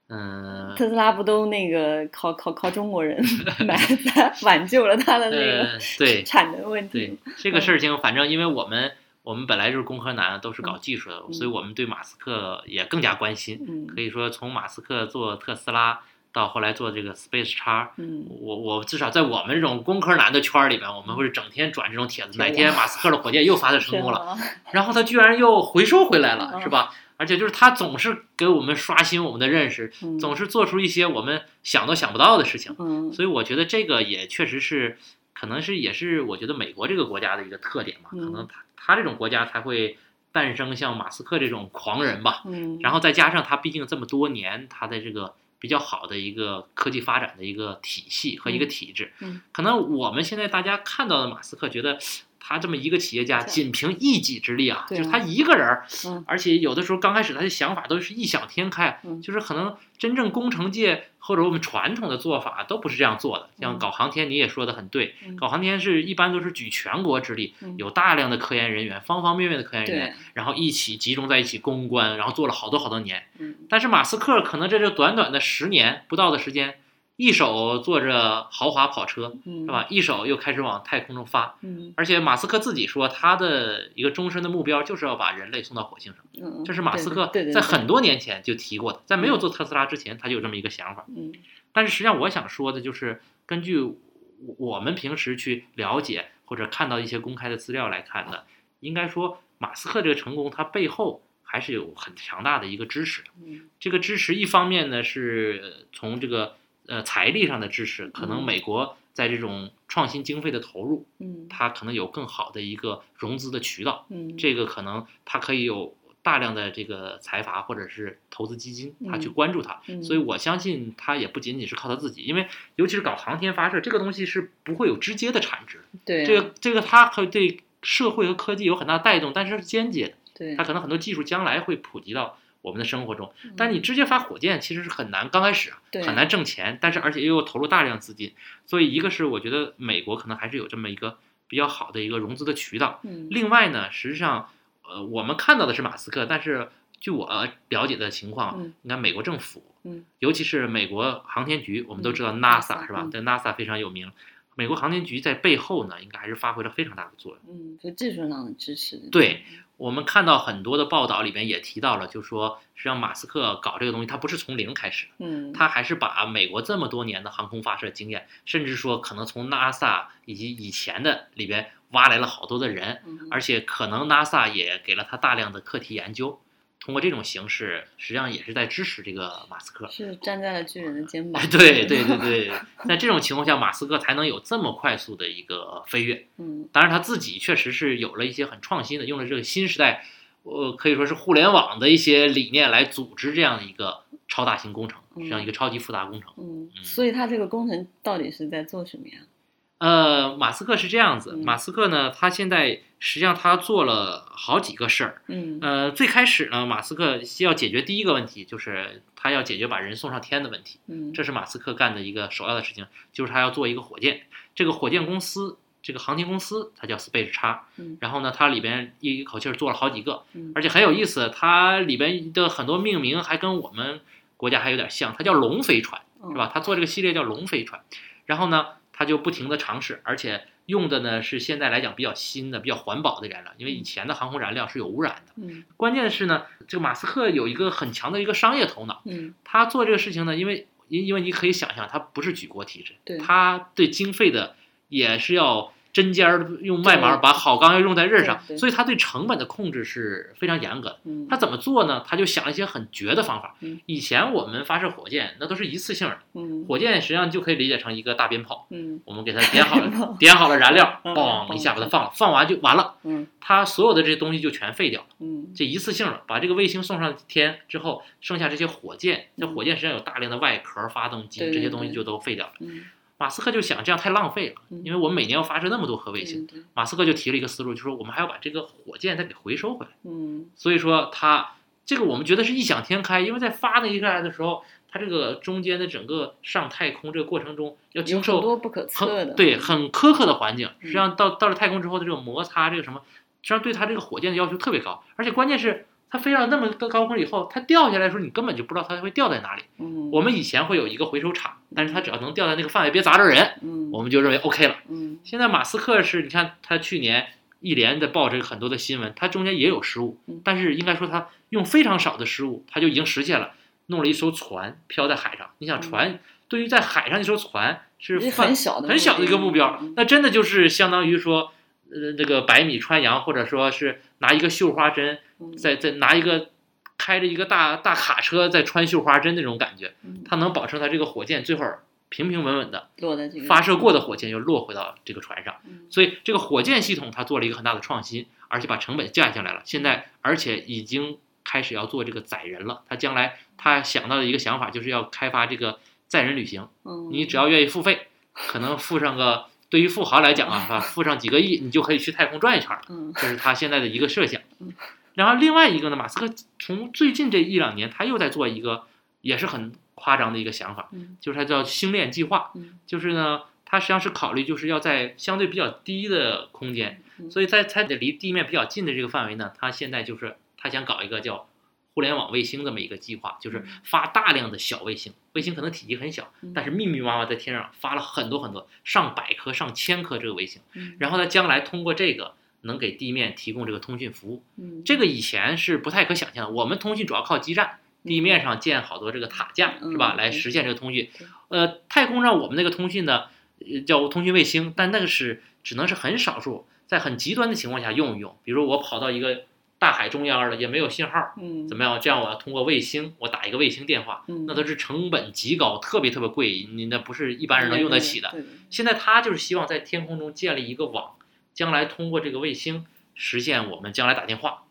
Speaker 2: 嗯，
Speaker 1: 特斯拉不都那个靠靠靠中国人买它挽救了他的那个
Speaker 2: 呃， 对
Speaker 1: 产能问题
Speaker 2: 对？这个事情，反正因为我们我们本来就是工科男，都是搞技术的，所以我们对马斯克也更加关心。
Speaker 1: 嗯
Speaker 2: 可以说从马斯克做特斯拉到后来做这个 Space X，
Speaker 1: 嗯，
Speaker 2: 我我至少在我们这种工科男的圈儿里面，我们会整天转这种帖子，
Speaker 1: 天哪
Speaker 2: 哪天马斯克的火箭又发射成
Speaker 1: 嗯是
Speaker 2: 功了，
Speaker 1: 吗？
Speaker 2: 然后他居然又回收回来了，
Speaker 1: 嗯
Speaker 2: 是吧？而且就是他总是给我们刷新我们的认识，
Speaker 1: 嗯
Speaker 2: 总是做出一些我们想都想不到的事情。
Speaker 1: 嗯，
Speaker 2: 所以我觉得这个也确实是，可能是也是我觉得美国这个国家的一个特点嘛，
Speaker 1: 嗯
Speaker 2: 可能他他这种国家才会诞生像马斯克这种狂人吧。
Speaker 1: 嗯，
Speaker 2: 然后再加上他毕竟这么多年，他的这个比较好的一个科技发展的一个体系和一个
Speaker 1: 嗯
Speaker 2: 体制，
Speaker 1: 嗯
Speaker 2: 可能我们现在大家看到的马斯克，觉得他这么一个企业家，
Speaker 1: 对
Speaker 2: 仅凭一己之力啊，
Speaker 1: 对啊
Speaker 2: 就是他一个人儿，
Speaker 1: 嗯
Speaker 2: 而且有的时候刚开始他的想法都是异想天开，
Speaker 1: 嗯
Speaker 2: 就是可能真正工程界或者我们传统的做法都不是这样做的。像
Speaker 1: 嗯
Speaker 2: 搞航天，你也说的很对，
Speaker 1: 嗯
Speaker 2: 搞航天是一般都是举全国之力，
Speaker 1: 嗯
Speaker 2: 有大量的科研人员，方方面面的科研人员
Speaker 1: 对，，
Speaker 2: 然后一起集中在一起攻关，然后做了好多好多年。
Speaker 1: 嗯
Speaker 2: 但是马斯克可能在这短短的十年不到的时间，一手坐着豪华跑车，
Speaker 1: 嗯，
Speaker 2: 是吧？一手又开始往太空中发。
Speaker 1: 嗯？
Speaker 2: 而且马斯克自己说，他的一个终身的目标就是要把人类送到火星上，
Speaker 1: 嗯嗯，
Speaker 2: 这是马斯克
Speaker 1: 对对对
Speaker 2: 在
Speaker 1: 对
Speaker 2: 很多年前就提过的，在没有做特斯拉之前，他就有这么一个想法。
Speaker 1: 嗯
Speaker 2: 但是实际上我想说的就是，根据我我们平时去了解或者看到一些公开的资料来看呢，应该说马斯克这个成功，他背后还是有很强大的一个支持。
Speaker 1: 嗯
Speaker 2: 这个支持一方面呢是呃从这个呃财力上的支持，可能
Speaker 1: 嗯
Speaker 2: 美国在这种创新经费的投入，
Speaker 1: 嗯，
Speaker 2: 它可能有更好的一个融资的渠道。
Speaker 1: 嗯
Speaker 2: 这个可能它可以有大量的这个财阀或者是投资基金，他去
Speaker 1: 嗯
Speaker 2: 关注它。
Speaker 1: 嗯
Speaker 2: 所以我相信它也不仅仅是靠它自己，因为尤其是搞航天发射这个东西是不会有直接的产值的，
Speaker 1: 对啊
Speaker 2: 这个这个它可以对社会和科技有很大的带动，但是是间接的，
Speaker 1: 对
Speaker 2: 它，可能很多技术将来会普及到我们的生活中。
Speaker 1: 嗯
Speaker 2: 但你直接发火箭其实是很难，刚开始啊
Speaker 1: 对
Speaker 2: 很难挣钱，但是而且又要投入大量资金，所以一个是我觉得美国可能还是有这么一个比较好的一个融资的渠道，
Speaker 1: 嗯
Speaker 2: 另外呢，实际上，呃，我们看到的是马斯克，但是据我了解的情况，啊
Speaker 1: 嗯
Speaker 2: 你看美国政府，
Speaker 1: 嗯
Speaker 2: 尤其是美国航天局，我们都知道
Speaker 1: 嗯
Speaker 2: NASA、
Speaker 1: NASA
Speaker 2: 是吧
Speaker 1: 嗯？
Speaker 2: 但 NASA 非常有名，美国航天局在背后呢，应该还是发挥了非常大的作用。
Speaker 1: 嗯，就技术上的支持，
Speaker 2: 对我们看到很多的报道里边也提到了，就说实际上马斯克搞这个东西，他不是从零开始的，
Speaker 1: 嗯，
Speaker 2: 他还是把美国这么多年的航空发射经验，甚至说可能从 NASA 以及以前的里边挖来了好多的人，
Speaker 1: 嗯
Speaker 2: 而且可能 NASA 也给了他大量的课题研究，通过这种形式，实际上也是在支持这个马斯克。
Speaker 1: 是站在了巨人的肩 膀
Speaker 2: 哎，，对对对 对，在这种情况下，马斯克才能有这么快速的一个呃飞跃。
Speaker 1: 嗯
Speaker 2: 当然，他自己确实是有了一些很创新的，用了这个新时代，呃，可以说是互联网的一些理念来组织这样的一个超大型工程，
Speaker 1: 嗯
Speaker 2: 这样一个超级复杂工程。
Speaker 1: 嗯，
Speaker 2: 嗯
Speaker 1: 所以他这个工程到底是在做什么呀？
Speaker 2: 呃，马斯克是这样子，
Speaker 1: 嗯
Speaker 2: 马斯克呢，他现在实际上他做了好几个事儿。
Speaker 1: 嗯
Speaker 2: 呃，最开始呢，马斯克要解决第一个问题，就是他要解决把人送上天的问题，
Speaker 1: 嗯，
Speaker 2: 这
Speaker 1: 是
Speaker 2: 是马斯克干的一个首要的事情，就是他要做一个火箭。这个火箭公司，这个航天公司，它叫 Space X，
Speaker 1: 嗯
Speaker 2: 然后呢，它里边一口气儿做了好几个，
Speaker 1: 嗯
Speaker 2: 而且很有意思，它里边的很多命名还跟我们国家还有点像，它叫龙飞船，是
Speaker 1: 哦
Speaker 2: 吧？？它做这个系列叫龙飞船，然后呢，它就不停的尝试，而且用的呢是现在来讲比较新的、比较环保的燃料，因为以前的航空燃料是有污染的。
Speaker 1: 嗯
Speaker 2: 关键是呢，这个马斯克有一个很强的一个商业头脑，
Speaker 1: 嗯
Speaker 2: 他做这个事情呢，因为因因为你可以想象，他不是举国体制
Speaker 1: 对，
Speaker 2: 他对经费的也是要针尖儿用麦芒
Speaker 1: 对
Speaker 2: 把好钢要用在刃上
Speaker 1: 对，对
Speaker 2: 所以他对成本的控制是非常严格的。
Speaker 1: 嗯，
Speaker 2: 他怎么做呢？他就想一些很绝的方法
Speaker 1: 嗯。
Speaker 2: 以前我们发射火箭那都是一次性的，
Speaker 1: 嗯
Speaker 2: 火箭实际上就可以理解成一个大鞭炮，
Speaker 1: 嗯
Speaker 2: 我们给它点 好
Speaker 1: 大鞭炮
Speaker 2: 了，点好了燃料，
Speaker 1: 嗯
Speaker 2: 嘣
Speaker 1: 嗯
Speaker 2: 一下把它放了，放完就完了，
Speaker 1: 嗯
Speaker 2: 它所有的这些东西就全废掉了，
Speaker 1: 嗯
Speaker 2: 这一次性的把这个卫星送上天之后，剩下这些火箭，这
Speaker 1: 嗯
Speaker 2: 火箭实际上有大量的外壳、发动机
Speaker 1: 对
Speaker 2: 这些
Speaker 1: 对
Speaker 2: 东西
Speaker 1: 对
Speaker 2: 就都废掉了。
Speaker 1: 嗯，
Speaker 2: 马斯克就想这样太浪费了，因为我们每年要发射那么多颗卫星，
Speaker 1: 嗯对，对
Speaker 2: 马斯克就提了一个思路，就说我们还要把这个火箭再给回收回来。
Speaker 1: 嗯
Speaker 2: 所以说它这个我们觉得是异想天开，因为在发那一个来的时候，它这个中间的整个上太空这个过程中要
Speaker 1: 有
Speaker 2: 经
Speaker 1: 很
Speaker 2: 受
Speaker 1: 多不可测
Speaker 2: 很
Speaker 1: 的，
Speaker 2: 对很苛刻的环境，
Speaker 1: 嗯
Speaker 2: 实际上到到了太空之后的这种摩擦，这个什么，实际上对它这个火箭的要求特别高，而且关键是。它飞到那么高高空以后，它掉下来的时候，你根本就不知道它会掉在哪里。
Speaker 1: 嗯，
Speaker 2: 我们以前会有一个回收场，但是它只要能掉在那个范围，别砸着人，
Speaker 1: 嗯
Speaker 2: 我们就认为 OK 了。
Speaker 1: 嗯
Speaker 2: 现在马斯克是，你看他去年一连的报这个很多的新闻，他中间也有失误
Speaker 1: 嗯，
Speaker 2: 但是应该说他用非常少的失误，他就已经实现了，弄了一艘船飘在海上。你想
Speaker 1: 嗯
Speaker 2: 船对于在海上一艘船是
Speaker 1: 是
Speaker 2: 范
Speaker 1: 很小的
Speaker 2: 很小的一个目标
Speaker 1: 嗯，
Speaker 2: 那真的就是相当于说，呃，这个百米穿杨，或者说是拿一个绣花针，
Speaker 1: 嗯
Speaker 2: 再再拿一个开着一个大大卡车在穿绣花针那种感觉，
Speaker 1: 嗯
Speaker 2: 他能保证他这个火箭最后平平稳稳的
Speaker 1: 落在这个
Speaker 2: 发射过的火箭又落回到这个船上。
Speaker 1: 嗯
Speaker 2: 所以这个火箭系统它做了一个很大的创新，而且把成本降下来了。现在而且已经开始要做这个载人了。他将来他想到的一个想法就是要开发这个载人旅行，
Speaker 1: 嗯
Speaker 2: 你只要愿意付费，可能付上个对于富豪来讲啊，啊付上几个亿，你就可以去太空转一圈了。
Speaker 1: 嗯
Speaker 2: 这是他现在的一个设想
Speaker 1: 嗯。
Speaker 2: 然后另外一个呢，马斯克从最近这一两年，他又在做一个也是很夸张的一个想法，
Speaker 1: 嗯
Speaker 2: 就是他叫星链计划。
Speaker 1: 嗯
Speaker 2: 就是呢，它实际上是考虑就是要在相对比较低的空间，
Speaker 1: 嗯
Speaker 2: 所以在它得离地面比较近的这个范围呢，它现在就是它想搞一个叫互联网卫星这么一个计划，就是发大量的小卫星，卫星可能体积很小，
Speaker 1: 嗯
Speaker 2: 但是密密麻麻在天上发了很多很多，上百颗、上千颗这个卫星，
Speaker 1: 嗯
Speaker 2: 然后它将来通过这个。能给地面提供这个通讯服务，
Speaker 1: 嗯
Speaker 2: 这个以前是不太可想象的。我们通讯主要靠基站，地面上建好多这个塔架，是吧？
Speaker 1: 嗯
Speaker 2: 来
Speaker 1: 对
Speaker 2: 实现这个通讯
Speaker 1: 对。
Speaker 2: 呃，太空上我们那个通讯呢，呃叫通讯卫星，但那个是只能是很少数，在很极端的情况下用一用。比如我跑到一个大海中央了，也没有信号，
Speaker 1: 嗯
Speaker 2: 怎么样？这样我要通过卫星，我打一个卫星电话，
Speaker 1: 嗯
Speaker 2: 那都是成本极高，特别特别贵，你那不是一般人能用得起的。
Speaker 1: 对对对
Speaker 2: 现在他就是希望在天空中建立一个网，将来通过这个卫星实现我们将来打电话。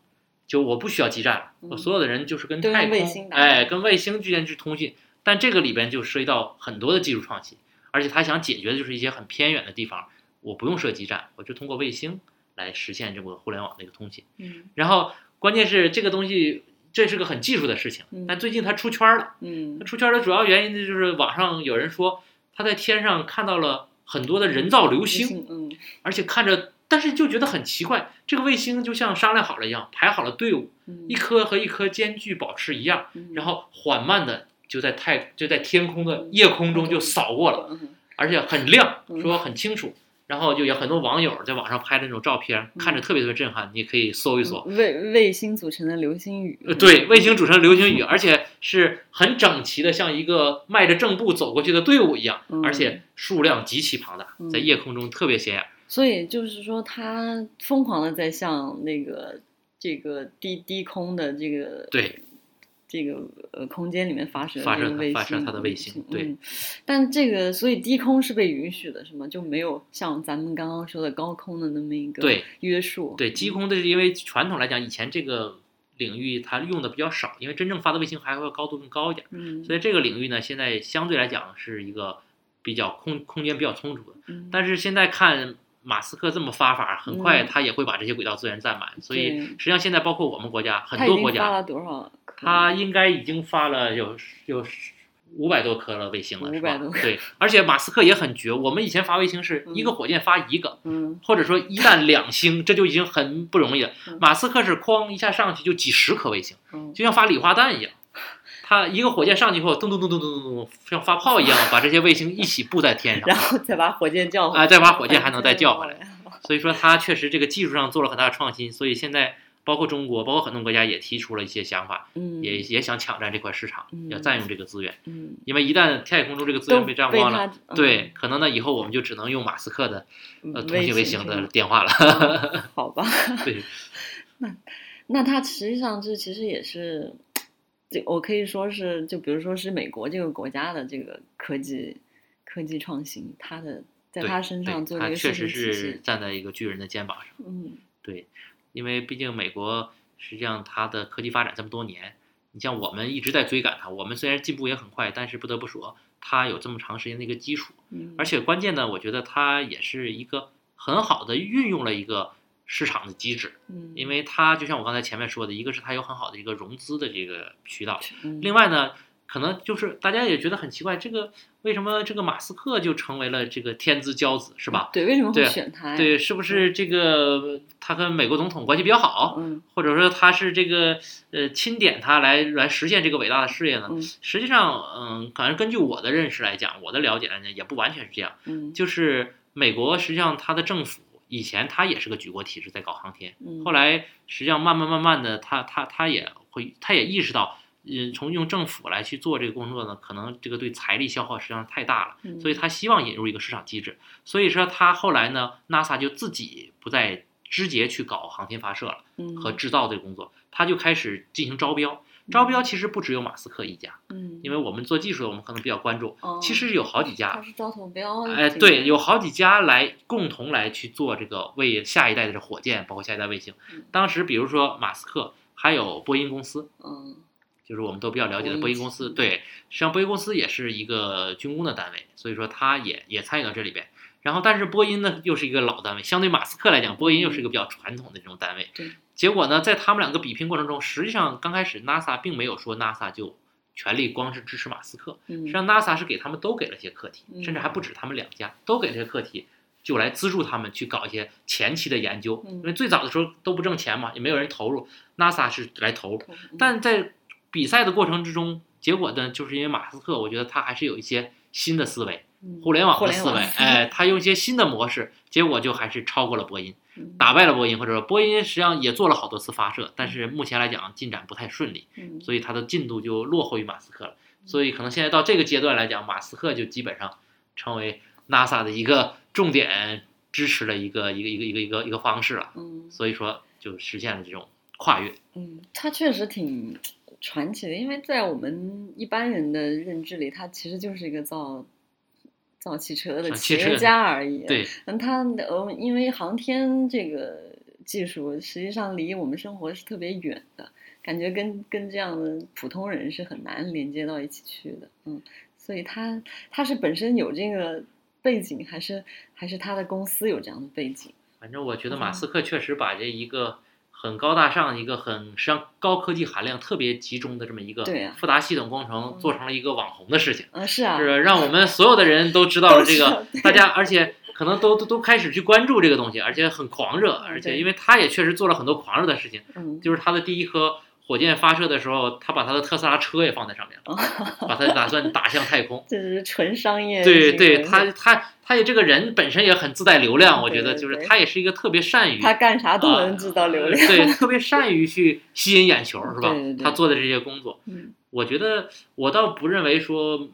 Speaker 2: 就我不需要基站了，
Speaker 1: 嗯
Speaker 2: 我所有的人就是跟
Speaker 1: 都用
Speaker 2: 太空
Speaker 1: 卫星，打
Speaker 2: 哎，跟卫星之间去通信。但这个里边就涉及到很多的技术创新，而且他想解决的就是一些很偏远的地方，我不用设基站，我就通过卫星来实现这个互联网的一个通信。
Speaker 1: 嗯
Speaker 2: 然后关键是这个东西，这是个很技术的事情
Speaker 1: 嗯，
Speaker 2: 但最近它出圈了。
Speaker 1: 嗯
Speaker 2: 那出圈的主要原因呢，就是网上有人说他在天上看到了很多的人造流星，
Speaker 1: 嗯
Speaker 2: 而且看着，但是就觉得很奇怪，这个卫星就像商量好了一样，排好了队伍，
Speaker 1: 嗯
Speaker 2: 一颗和一颗间距保持一样，
Speaker 1: 嗯
Speaker 2: 然后缓慢的就在太就在天空的夜空中就扫过了，
Speaker 1: 嗯
Speaker 2: 而且很亮，
Speaker 1: 嗯
Speaker 2: 说很清楚。然后就有很多网友在网上拍的那种照片，看着特别特别震撼，你可以搜一搜。
Speaker 1: 嗯卫卫星组成的流星雨
Speaker 2: 呃，对，卫星组成流星雨，而且是很整齐的，像一个迈着正步走过去的队伍一样，
Speaker 1: 嗯
Speaker 2: 而且数量极其庞大，在
Speaker 1: 嗯
Speaker 2: 夜空中特别显眼。
Speaker 1: 所以就是说，它疯狂的在向那个这个低低空的这个
Speaker 2: 对
Speaker 1: 这个呃空间里面发射
Speaker 2: 发
Speaker 1: 这个
Speaker 2: 射
Speaker 1: 卫星
Speaker 2: 发射它的卫星对
Speaker 1: 嗯但这个所以低空是被允许的，是吗？就没有像咱们刚刚说的高空的那么一个
Speaker 2: 对
Speaker 1: 约束。
Speaker 2: 对，低空的是因为传统来讲，以前这个领域它用的比较少，因为真正发的卫星还会高度更高一点，
Speaker 1: 嗯，
Speaker 2: 所以这个领域呢，现在相对来讲是一个比较空空间比较充足的。
Speaker 1: 嗯
Speaker 2: 但是现在看马斯克这么发法，很快
Speaker 1: 嗯
Speaker 2: 他也会把这些轨道资源占满，所以
Speaker 1: 对
Speaker 2: 实际上现在包括我们国家很
Speaker 1: 它嗯已
Speaker 2: 多
Speaker 1: 经
Speaker 2: 国家
Speaker 1: 发了多少颗？
Speaker 2: 他应该已经发了有有五百多颗了卫星了，是吧
Speaker 1: 500多颗
Speaker 2: 对，而且马斯克也很绝。我们以前发卫星是
Speaker 1: 嗯
Speaker 2: 一个火箭发一个，
Speaker 1: 嗯
Speaker 2: 或者说一弹两星，这就已经很不容易了
Speaker 1: 嗯。
Speaker 2: 马斯克是哐一下上去就几十颗卫星，
Speaker 1: 嗯
Speaker 2: 就像发礼花弹 一样。他一个火箭上去以后，咚咚咚咚咚咚咚咚，像发炮一样，把这些卫星一起布在天上
Speaker 1: 然。后再把火箭叫回来，
Speaker 2: 啊再把火箭还能再叫回
Speaker 1: 来。
Speaker 2: 所以说，他确实这个技术上做了很大的创新。所以现在包括中国，包括很多国家也提出了一些想法，
Speaker 1: 嗯，
Speaker 2: 也也想抢占这块市场，
Speaker 1: 嗯
Speaker 2: 要占用这个资源。
Speaker 1: 嗯，
Speaker 2: 因为一旦太空中这个资
Speaker 1: 都
Speaker 2: 源被占光了，
Speaker 1: 他，嗯
Speaker 2: 对，，可能呢以后我们就只能用马斯克的呃通信卫星
Speaker 1: 这
Speaker 2: 的
Speaker 1: 种
Speaker 2: 电话了。
Speaker 1: 啊好吧，
Speaker 2: 对，
Speaker 1: 那它实际上这其实也是，这我可以说是，就比如说是美国这个国家的这个科技科技创新，它的在
Speaker 2: 对
Speaker 1: 它身
Speaker 2: 对
Speaker 1: 上做
Speaker 2: 他
Speaker 1: 这个
Speaker 2: 确
Speaker 1: 事
Speaker 2: 实
Speaker 1: 情体
Speaker 2: 是
Speaker 1: 系，
Speaker 2: 站在一个巨人的肩膀上。
Speaker 1: 嗯
Speaker 2: 对，因为毕竟美国实际上它的科技发展这么多年，你像我们一直在追赶它，我们虽然进步也很快，但是不得不说它有这么长时间的一个基础，
Speaker 1: 嗯，
Speaker 2: 而且关键呢，我觉得它也是一个很好的运用了一个市场的机制，
Speaker 1: 嗯
Speaker 2: 因为它就像我刚才前面说的，一个是它有很好的一个融资的这个渠道，
Speaker 1: 嗯
Speaker 2: 另外呢。可能就是大家也觉得很奇怪，这个为什么这个马斯克就成为了这个天之骄子，是吧？
Speaker 1: 对为什么
Speaker 2: 对
Speaker 1: 会选它呀？
Speaker 2: 对，是不是这个他跟美国总统关系比较好？
Speaker 1: 嗯
Speaker 2: 或者说他是这个呃钦点他来来实现这个伟大的事业呢？
Speaker 1: 嗯
Speaker 2: 实际上，嗯，反正根据我的认识来讲，我的了解来讲，也不完全是这样。
Speaker 1: 嗯，
Speaker 2: 就是美国实际上它的政府以前它也是个举国体制在搞航天，
Speaker 1: 嗯
Speaker 2: 后来实际上慢慢慢慢的，他他他也会他也意识到。嗯，从用政府来去做这个工作呢，可能这个对财力消耗实际上太大了，
Speaker 1: 嗯
Speaker 2: 所以他希望引入一个市场机制。所以说他后来呢，NASA 就自己不再直接去搞航天发射了。
Speaker 1: 嗯
Speaker 2: 和制造这个工作，他就开始进行招标。招标其实不只有马斯克一家，
Speaker 1: 嗯，
Speaker 2: 因为我们做技术的，我们可能比较关注，
Speaker 1: 哦
Speaker 2: 其实有好几
Speaker 1: 它
Speaker 2: 家，
Speaker 1: 是招投标啊，
Speaker 2: 哎，
Speaker 1: 这个
Speaker 2: 对，有好几家来共同来去做这个为下一代的这火箭，包括下一代卫星
Speaker 1: 嗯。
Speaker 2: 当时比如说马斯克，还有波音公司，
Speaker 1: 嗯
Speaker 2: 就是我们都比较了解的波
Speaker 1: 波音
Speaker 2: 音公司，
Speaker 1: 嗯
Speaker 2: 对，实际上波音公司也是一个军工的单位，所以说它也也参与到这里边。然后，但是波音呢又是一个老单位，相对马斯克来讲，波音又是一个比较传统的这种单位。
Speaker 1: 对，
Speaker 2: 结果呢，在他们两个比拼过程中，实际上刚开始 NASA 并没有说 NASA 就全力光是支持马斯克，
Speaker 1: 嗯
Speaker 2: 实际上 NASA 是给他们都给了些课题，
Speaker 1: 嗯
Speaker 2: 甚至还不止他们两家都给了些课题，就来资助他们去搞一些前期的研究，
Speaker 1: 嗯
Speaker 2: 因为最早的时候都不挣钱嘛，也没有人投入，NASA 是来投入。
Speaker 1: 投
Speaker 2: 但在比赛的过程之中，结果呢，就是因为马斯克，我觉得他还是有一些新的思维，
Speaker 1: 嗯
Speaker 2: 互联网
Speaker 1: 互
Speaker 2: 的
Speaker 1: 联
Speaker 2: 思维
Speaker 1: 网，
Speaker 2: 哎， 他用一些新的模式，结果就还是超过了波音，
Speaker 1: 嗯
Speaker 2: 打败了波音，或者说波音实际上也做了好多次发射，但是目前来讲进展不太顺利，
Speaker 1: 嗯
Speaker 2: 所以它的进度就落后于马斯克了。所以可能现在到这个阶段来讲，马斯克就基本上成为 NASA 的一个重点支持的一个一个一个一个一个一个方式了。
Speaker 1: 嗯
Speaker 2: 所以说就实现了这种跨越。
Speaker 1: 嗯，它确实挺传奇的，因为在我们一般人的认知里，它其实就是一个造造汽车的
Speaker 2: 啊
Speaker 1: 企
Speaker 2: 汽车
Speaker 1: 业家而已。，
Speaker 2: 对，
Speaker 1: 嗯，它呃，因为航天这个技术实际上离我们生活是特别远的，感觉跟跟这样的普通人是很难连接到一起去的。嗯，所以它它是本身有这个背景，还是还是他的公司有这样的背景？
Speaker 2: 反正我觉得马
Speaker 1: 嗯
Speaker 2: 斯克确实把这一个很高大上、一个很实际上高科技含量特别集中的这么一个
Speaker 1: 对啊
Speaker 2: 复杂系统工程，
Speaker 1: 嗯
Speaker 2: 做成了一个网红的事情，
Speaker 1: 嗯、是啊，
Speaker 2: 是让我们所有的人都知道了这
Speaker 1: 都
Speaker 2: 个
Speaker 1: 知道，
Speaker 2: 大家而且可能都都都开始去关注这个东西，而且很狂热，
Speaker 1: 嗯
Speaker 2: 而且
Speaker 1: 对
Speaker 2: 因为他也确实做了很多狂热的事情，
Speaker 1: 嗯，
Speaker 2: 就是他的第一颗。火箭发射的时候，他把他的特斯拉车也放在上面了，
Speaker 1: 哦
Speaker 2: 把他打算打向太 空。
Speaker 1: 这是纯商业行为。
Speaker 2: 对对，他他他也这个人本身也很自带流量，我觉得
Speaker 1: 对对
Speaker 2: 就是
Speaker 1: 对
Speaker 2: 他也是一个特别善于
Speaker 1: 他干啥都
Speaker 2: 啊
Speaker 1: 能制造流
Speaker 2: 呃
Speaker 1: 量。
Speaker 2: 对，特别善于去吸引眼球，是吧？
Speaker 1: 对对对
Speaker 2: 他做的这些工作，
Speaker 1: 嗯
Speaker 2: 我觉得我倒不认为说嗯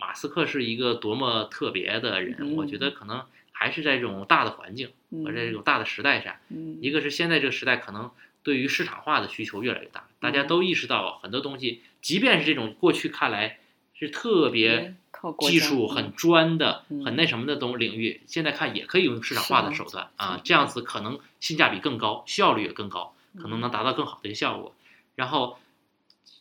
Speaker 2: 马斯克是一个多么特别的人，
Speaker 1: 嗯
Speaker 2: 我觉得可能还是在这种大的环境
Speaker 1: 嗯
Speaker 2: 和在这种大的时代上，
Speaker 1: 嗯
Speaker 2: 一个是现在这个时代可能对于市场化的需求越来越大，大
Speaker 1: 嗯
Speaker 2: 家都意识到很多东西，即便是这种过去看来是特别
Speaker 1: 嗯靠国
Speaker 2: 技
Speaker 1: 家
Speaker 2: 术
Speaker 1: 嗯
Speaker 2: 很专的、
Speaker 1: 嗯
Speaker 2: 很那什么的东领域，现在看也可以用市场化的手段啊，这样子可能性价比更高，效率也更高，可能
Speaker 1: 嗯
Speaker 2: 能达到更好的一个效果。然后，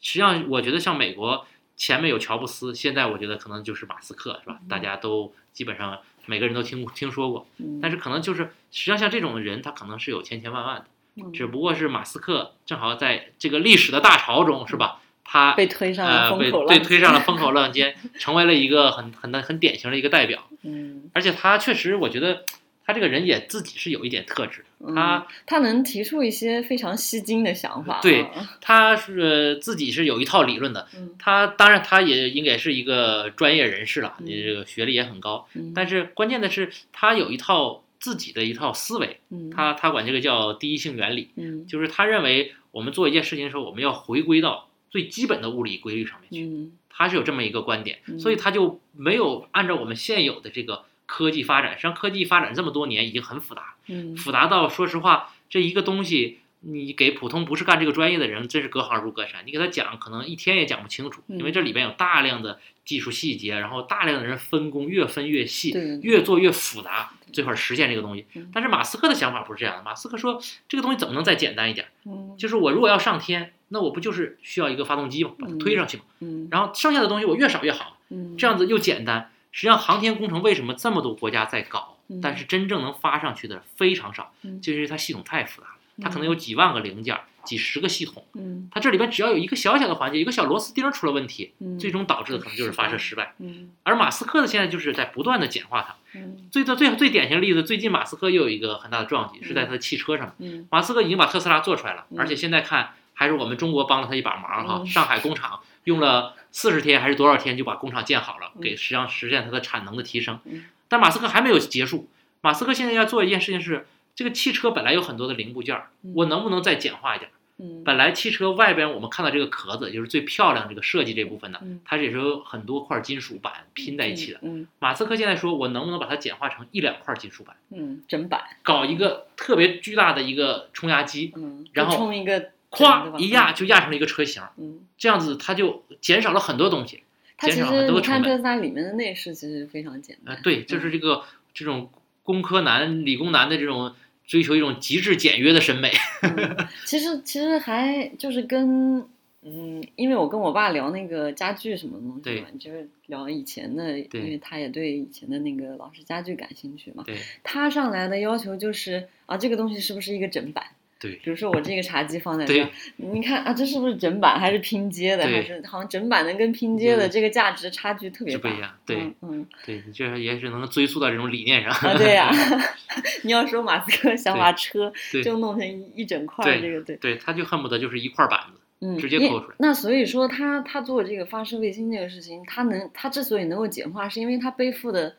Speaker 2: 实际上我觉得像美国前面有乔布斯，现在我觉得可能就是马斯克，是吧？
Speaker 1: 嗯
Speaker 2: 大家都基本上每个人都听听说过，
Speaker 1: 嗯
Speaker 2: 但是可能就是实际上像这种人，他可能是有千千万万的，
Speaker 1: 嗯
Speaker 2: 只不过是马斯克正好在这个历史的大潮中，是吧？他
Speaker 1: 被推上了
Speaker 2: 呃，
Speaker 1: 风
Speaker 2: 被
Speaker 1: 口浪
Speaker 2: 被
Speaker 1: 尖
Speaker 2: 推上了风口 浪尖，成为了一个很很很典型的一个代表。
Speaker 1: 嗯，
Speaker 2: 而且他确实，我觉得他这个人也自己是有一点特质，
Speaker 1: 嗯
Speaker 2: 他
Speaker 1: 他能提出一些非常吸睛的想法啊，
Speaker 2: 对他是自己是有一套理论的。
Speaker 1: 嗯，
Speaker 2: 他当然，他也应该是一个专业人士了，
Speaker 1: 嗯
Speaker 2: 你这个学历也很高。
Speaker 1: 嗯
Speaker 2: 但是关键的是，他有一套自己的一套思维，
Speaker 1: 嗯，
Speaker 2: 他他管这个叫第一性原理，
Speaker 1: 嗯
Speaker 2: 就是他认为我们做一件事情的时候，我们要回归到最基本的物理规律上面去。
Speaker 1: 嗯
Speaker 2: 他是有这么一个观点，
Speaker 1: 嗯
Speaker 2: 所以他就没有按照我们现有的这个科技发展，实际上科技发展这么多年已经很复杂，
Speaker 1: 嗯
Speaker 2: 复杂到说实话，这一个东西你给普通不是干这个专业的人，真是隔行如隔山，你给他讲可能一天也讲不清楚，
Speaker 1: 嗯
Speaker 2: 因为这里边有大量的技术细节，然后大量的人分工，越分越细，
Speaker 1: 对对对
Speaker 2: 越做越复杂，最后实现这个东西
Speaker 1: 嗯。
Speaker 2: 但是马斯克的想法不是这样的，马斯克说这个东西怎么能再简单一点？
Speaker 1: 嗯
Speaker 2: 就是我如果要上天，那我不就是需要一个发动机嘛，把它推上去嘛，
Speaker 1: 嗯，
Speaker 2: 然后剩下的东西我越少越好，
Speaker 1: 嗯
Speaker 2: 这样子又简单。实际上，航天工程为什么这么多国家在搞
Speaker 1: 嗯，
Speaker 2: 但是真正能发上去的非常少，
Speaker 1: 嗯
Speaker 2: 就是因为它系统太复杂了，它可能
Speaker 1: 有
Speaker 2: 有几万个零件儿、几十个系统，
Speaker 1: 嗯
Speaker 2: 它这里边只要有一个小小的环节，一个小螺丝钉儿出了问题，
Speaker 1: 嗯
Speaker 2: 最终导致的可能就是发射失败。
Speaker 1: 嗯
Speaker 2: 而马斯克的现在就是在不断的简化它。
Speaker 1: 嗯
Speaker 2: 最最最最典型的例子，最近马斯克又有一个很大的撞击，是在他的汽车上面。
Speaker 1: 嗯
Speaker 2: 马斯克已经把特斯拉做出来了，
Speaker 1: 嗯
Speaker 2: 而且现在看还是我们中国帮了他一把忙哈。
Speaker 1: 嗯
Speaker 2: 上海工厂用了四十天还是多少天就把工厂建好了，
Speaker 1: 嗯
Speaker 2: 给实际上实现它的产能的提升
Speaker 1: 嗯。
Speaker 2: 但马斯克还没有结束，马斯克现在要做一件事情是，这个汽车本来有很多的零部件儿，
Speaker 1: 嗯
Speaker 2: 我能不能再简化一点？
Speaker 1: 嗯
Speaker 2: 本来汽车外边我们看到这个壳子，就是最漂亮这个设计这部分呢
Speaker 1: 嗯，
Speaker 2: 它也是有很多块金属板拼在一起的。
Speaker 1: 嗯
Speaker 2: 马斯克现在说，我能不能把它简化成一两块金属板，
Speaker 1: 嗯整版
Speaker 2: 搞一个特别巨大的一个冲压机，
Speaker 1: 嗯，
Speaker 2: 然后
Speaker 1: 冲一个
Speaker 2: 咵一压，就压成了一个车型，
Speaker 1: 嗯，
Speaker 2: 这样子它就减少了很多东西。
Speaker 1: 它其
Speaker 2: 减少了很
Speaker 1: 实
Speaker 2: 多
Speaker 1: 你
Speaker 2: 成
Speaker 1: 看
Speaker 2: 本
Speaker 1: 特斯拉里面的内饰其实非常简
Speaker 2: 呃
Speaker 1: 单，，
Speaker 2: 对，就是这个这种工科男、理工男的这种追求一种极致简约的审美。
Speaker 1: 嗯其实其实还就是跟嗯，因为我跟我爸聊那个家具什么东西嘛，就是聊以前的，
Speaker 2: 对
Speaker 1: 因为他也对以前的那个老式家具感兴趣嘛。
Speaker 2: 对
Speaker 1: 他上来的要求就是啊，这个东西是不是一个整版？
Speaker 2: 对
Speaker 1: 比如说我这个茶几放在这
Speaker 2: 对
Speaker 1: 儿，你看啊，这是不是整版还是拼接的？
Speaker 2: 对
Speaker 1: 还是好像整版的跟拼接的
Speaker 2: 对
Speaker 1: 这个价值差距特别
Speaker 2: 是不
Speaker 1: 大。
Speaker 2: 一样。对
Speaker 1: 嗯嗯
Speaker 2: 对，你这也是能追溯到这种理念上。
Speaker 1: 啊，对呀、 你要说马斯克想把车
Speaker 2: 对
Speaker 1: 就弄成一一整块儿，
Speaker 2: 对
Speaker 1: 这个对，
Speaker 2: 对，他就恨不得就是一块板子。
Speaker 1: 嗯，
Speaker 2: 直接
Speaker 1: 因
Speaker 2: 抠出来
Speaker 1: 那所以说他，他做这个发射卫星这个事情，他能他之所以能够简化，是因为他背负的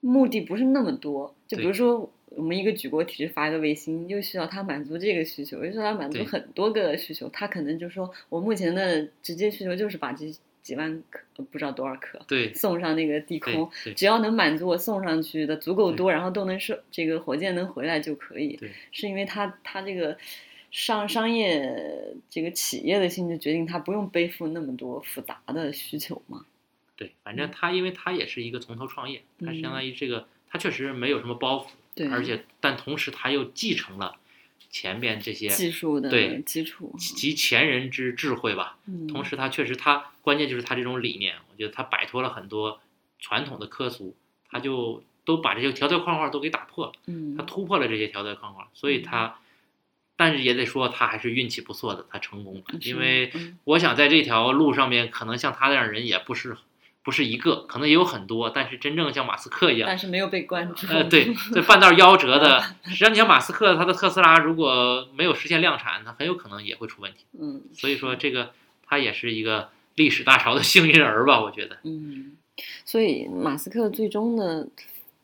Speaker 1: 目的不是那么多。就比
Speaker 2: 对
Speaker 1: 如说，我们一个举国体制发一个卫星，又需要他满足这个需求，又需要他满足
Speaker 2: 对
Speaker 1: 很多个需求。他可能就说，我目前的直接需求就是把这几万颗，呃不知道多少颗
Speaker 2: 对
Speaker 1: 送上那个地
Speaker 2: 对
Speaker 1: 空，
Speaker 2: 对
Speaker 1: 只要能满足我送上去的足够
Speaker 2: 对
Speaker 1: 多，然后都能射这个火箭能回来就可以。
Speaker 2: 对
Speaker 1: 是因为他他这个商商业这个企业的性质决定他不用背负那么多复杂的需求嘛。
Speaker 2: 对，
Speaker 1: 嗯
Speaker 2: 反正他因为他也是一个从头创业，他相当于这个他确实没有什么包袱，
Speaker 1: 对，
Speaker 2: 而且但同时他又继承了前边这些
Speaker 1: 技术的
Speaker 2: 对
Speaker 1: 基础，
Speaker 2: 集前人之智慧吧。
Speaker 1: 嗯
Speaker 2: 同时，他确实他关键就是他这种理念，我觉得他摆脱了很多传统的科俗，他就都把这些条条框框都给打破了，
Speaker 1: 嗯
Speaker 2: 他突破了这些条条框框，所以他，但是也得说他还是运气不错的，他成功了，
Speaker 1: 嗯
Speaker 2: 因为
Speaker 1: 嗯
Speaker 2: 我想在这条路上面，可能像他这样的人也不是不是一个，可能也有很多，但是真正像马斯克一样，
Speaker 1: 但是没有被关注，
Speaker 2: 呃，对，这半道夭折的，实际上你像马斯克，他的特斯拉如果没有实现量产，他很有可能也会出问题。
Speaker 1: 嗯，
Speaker 2: 所以说这个他也是一个历史大潮的幸运儿吧，我觉得。
Speaker 1: 嗯，所以马斯克最终的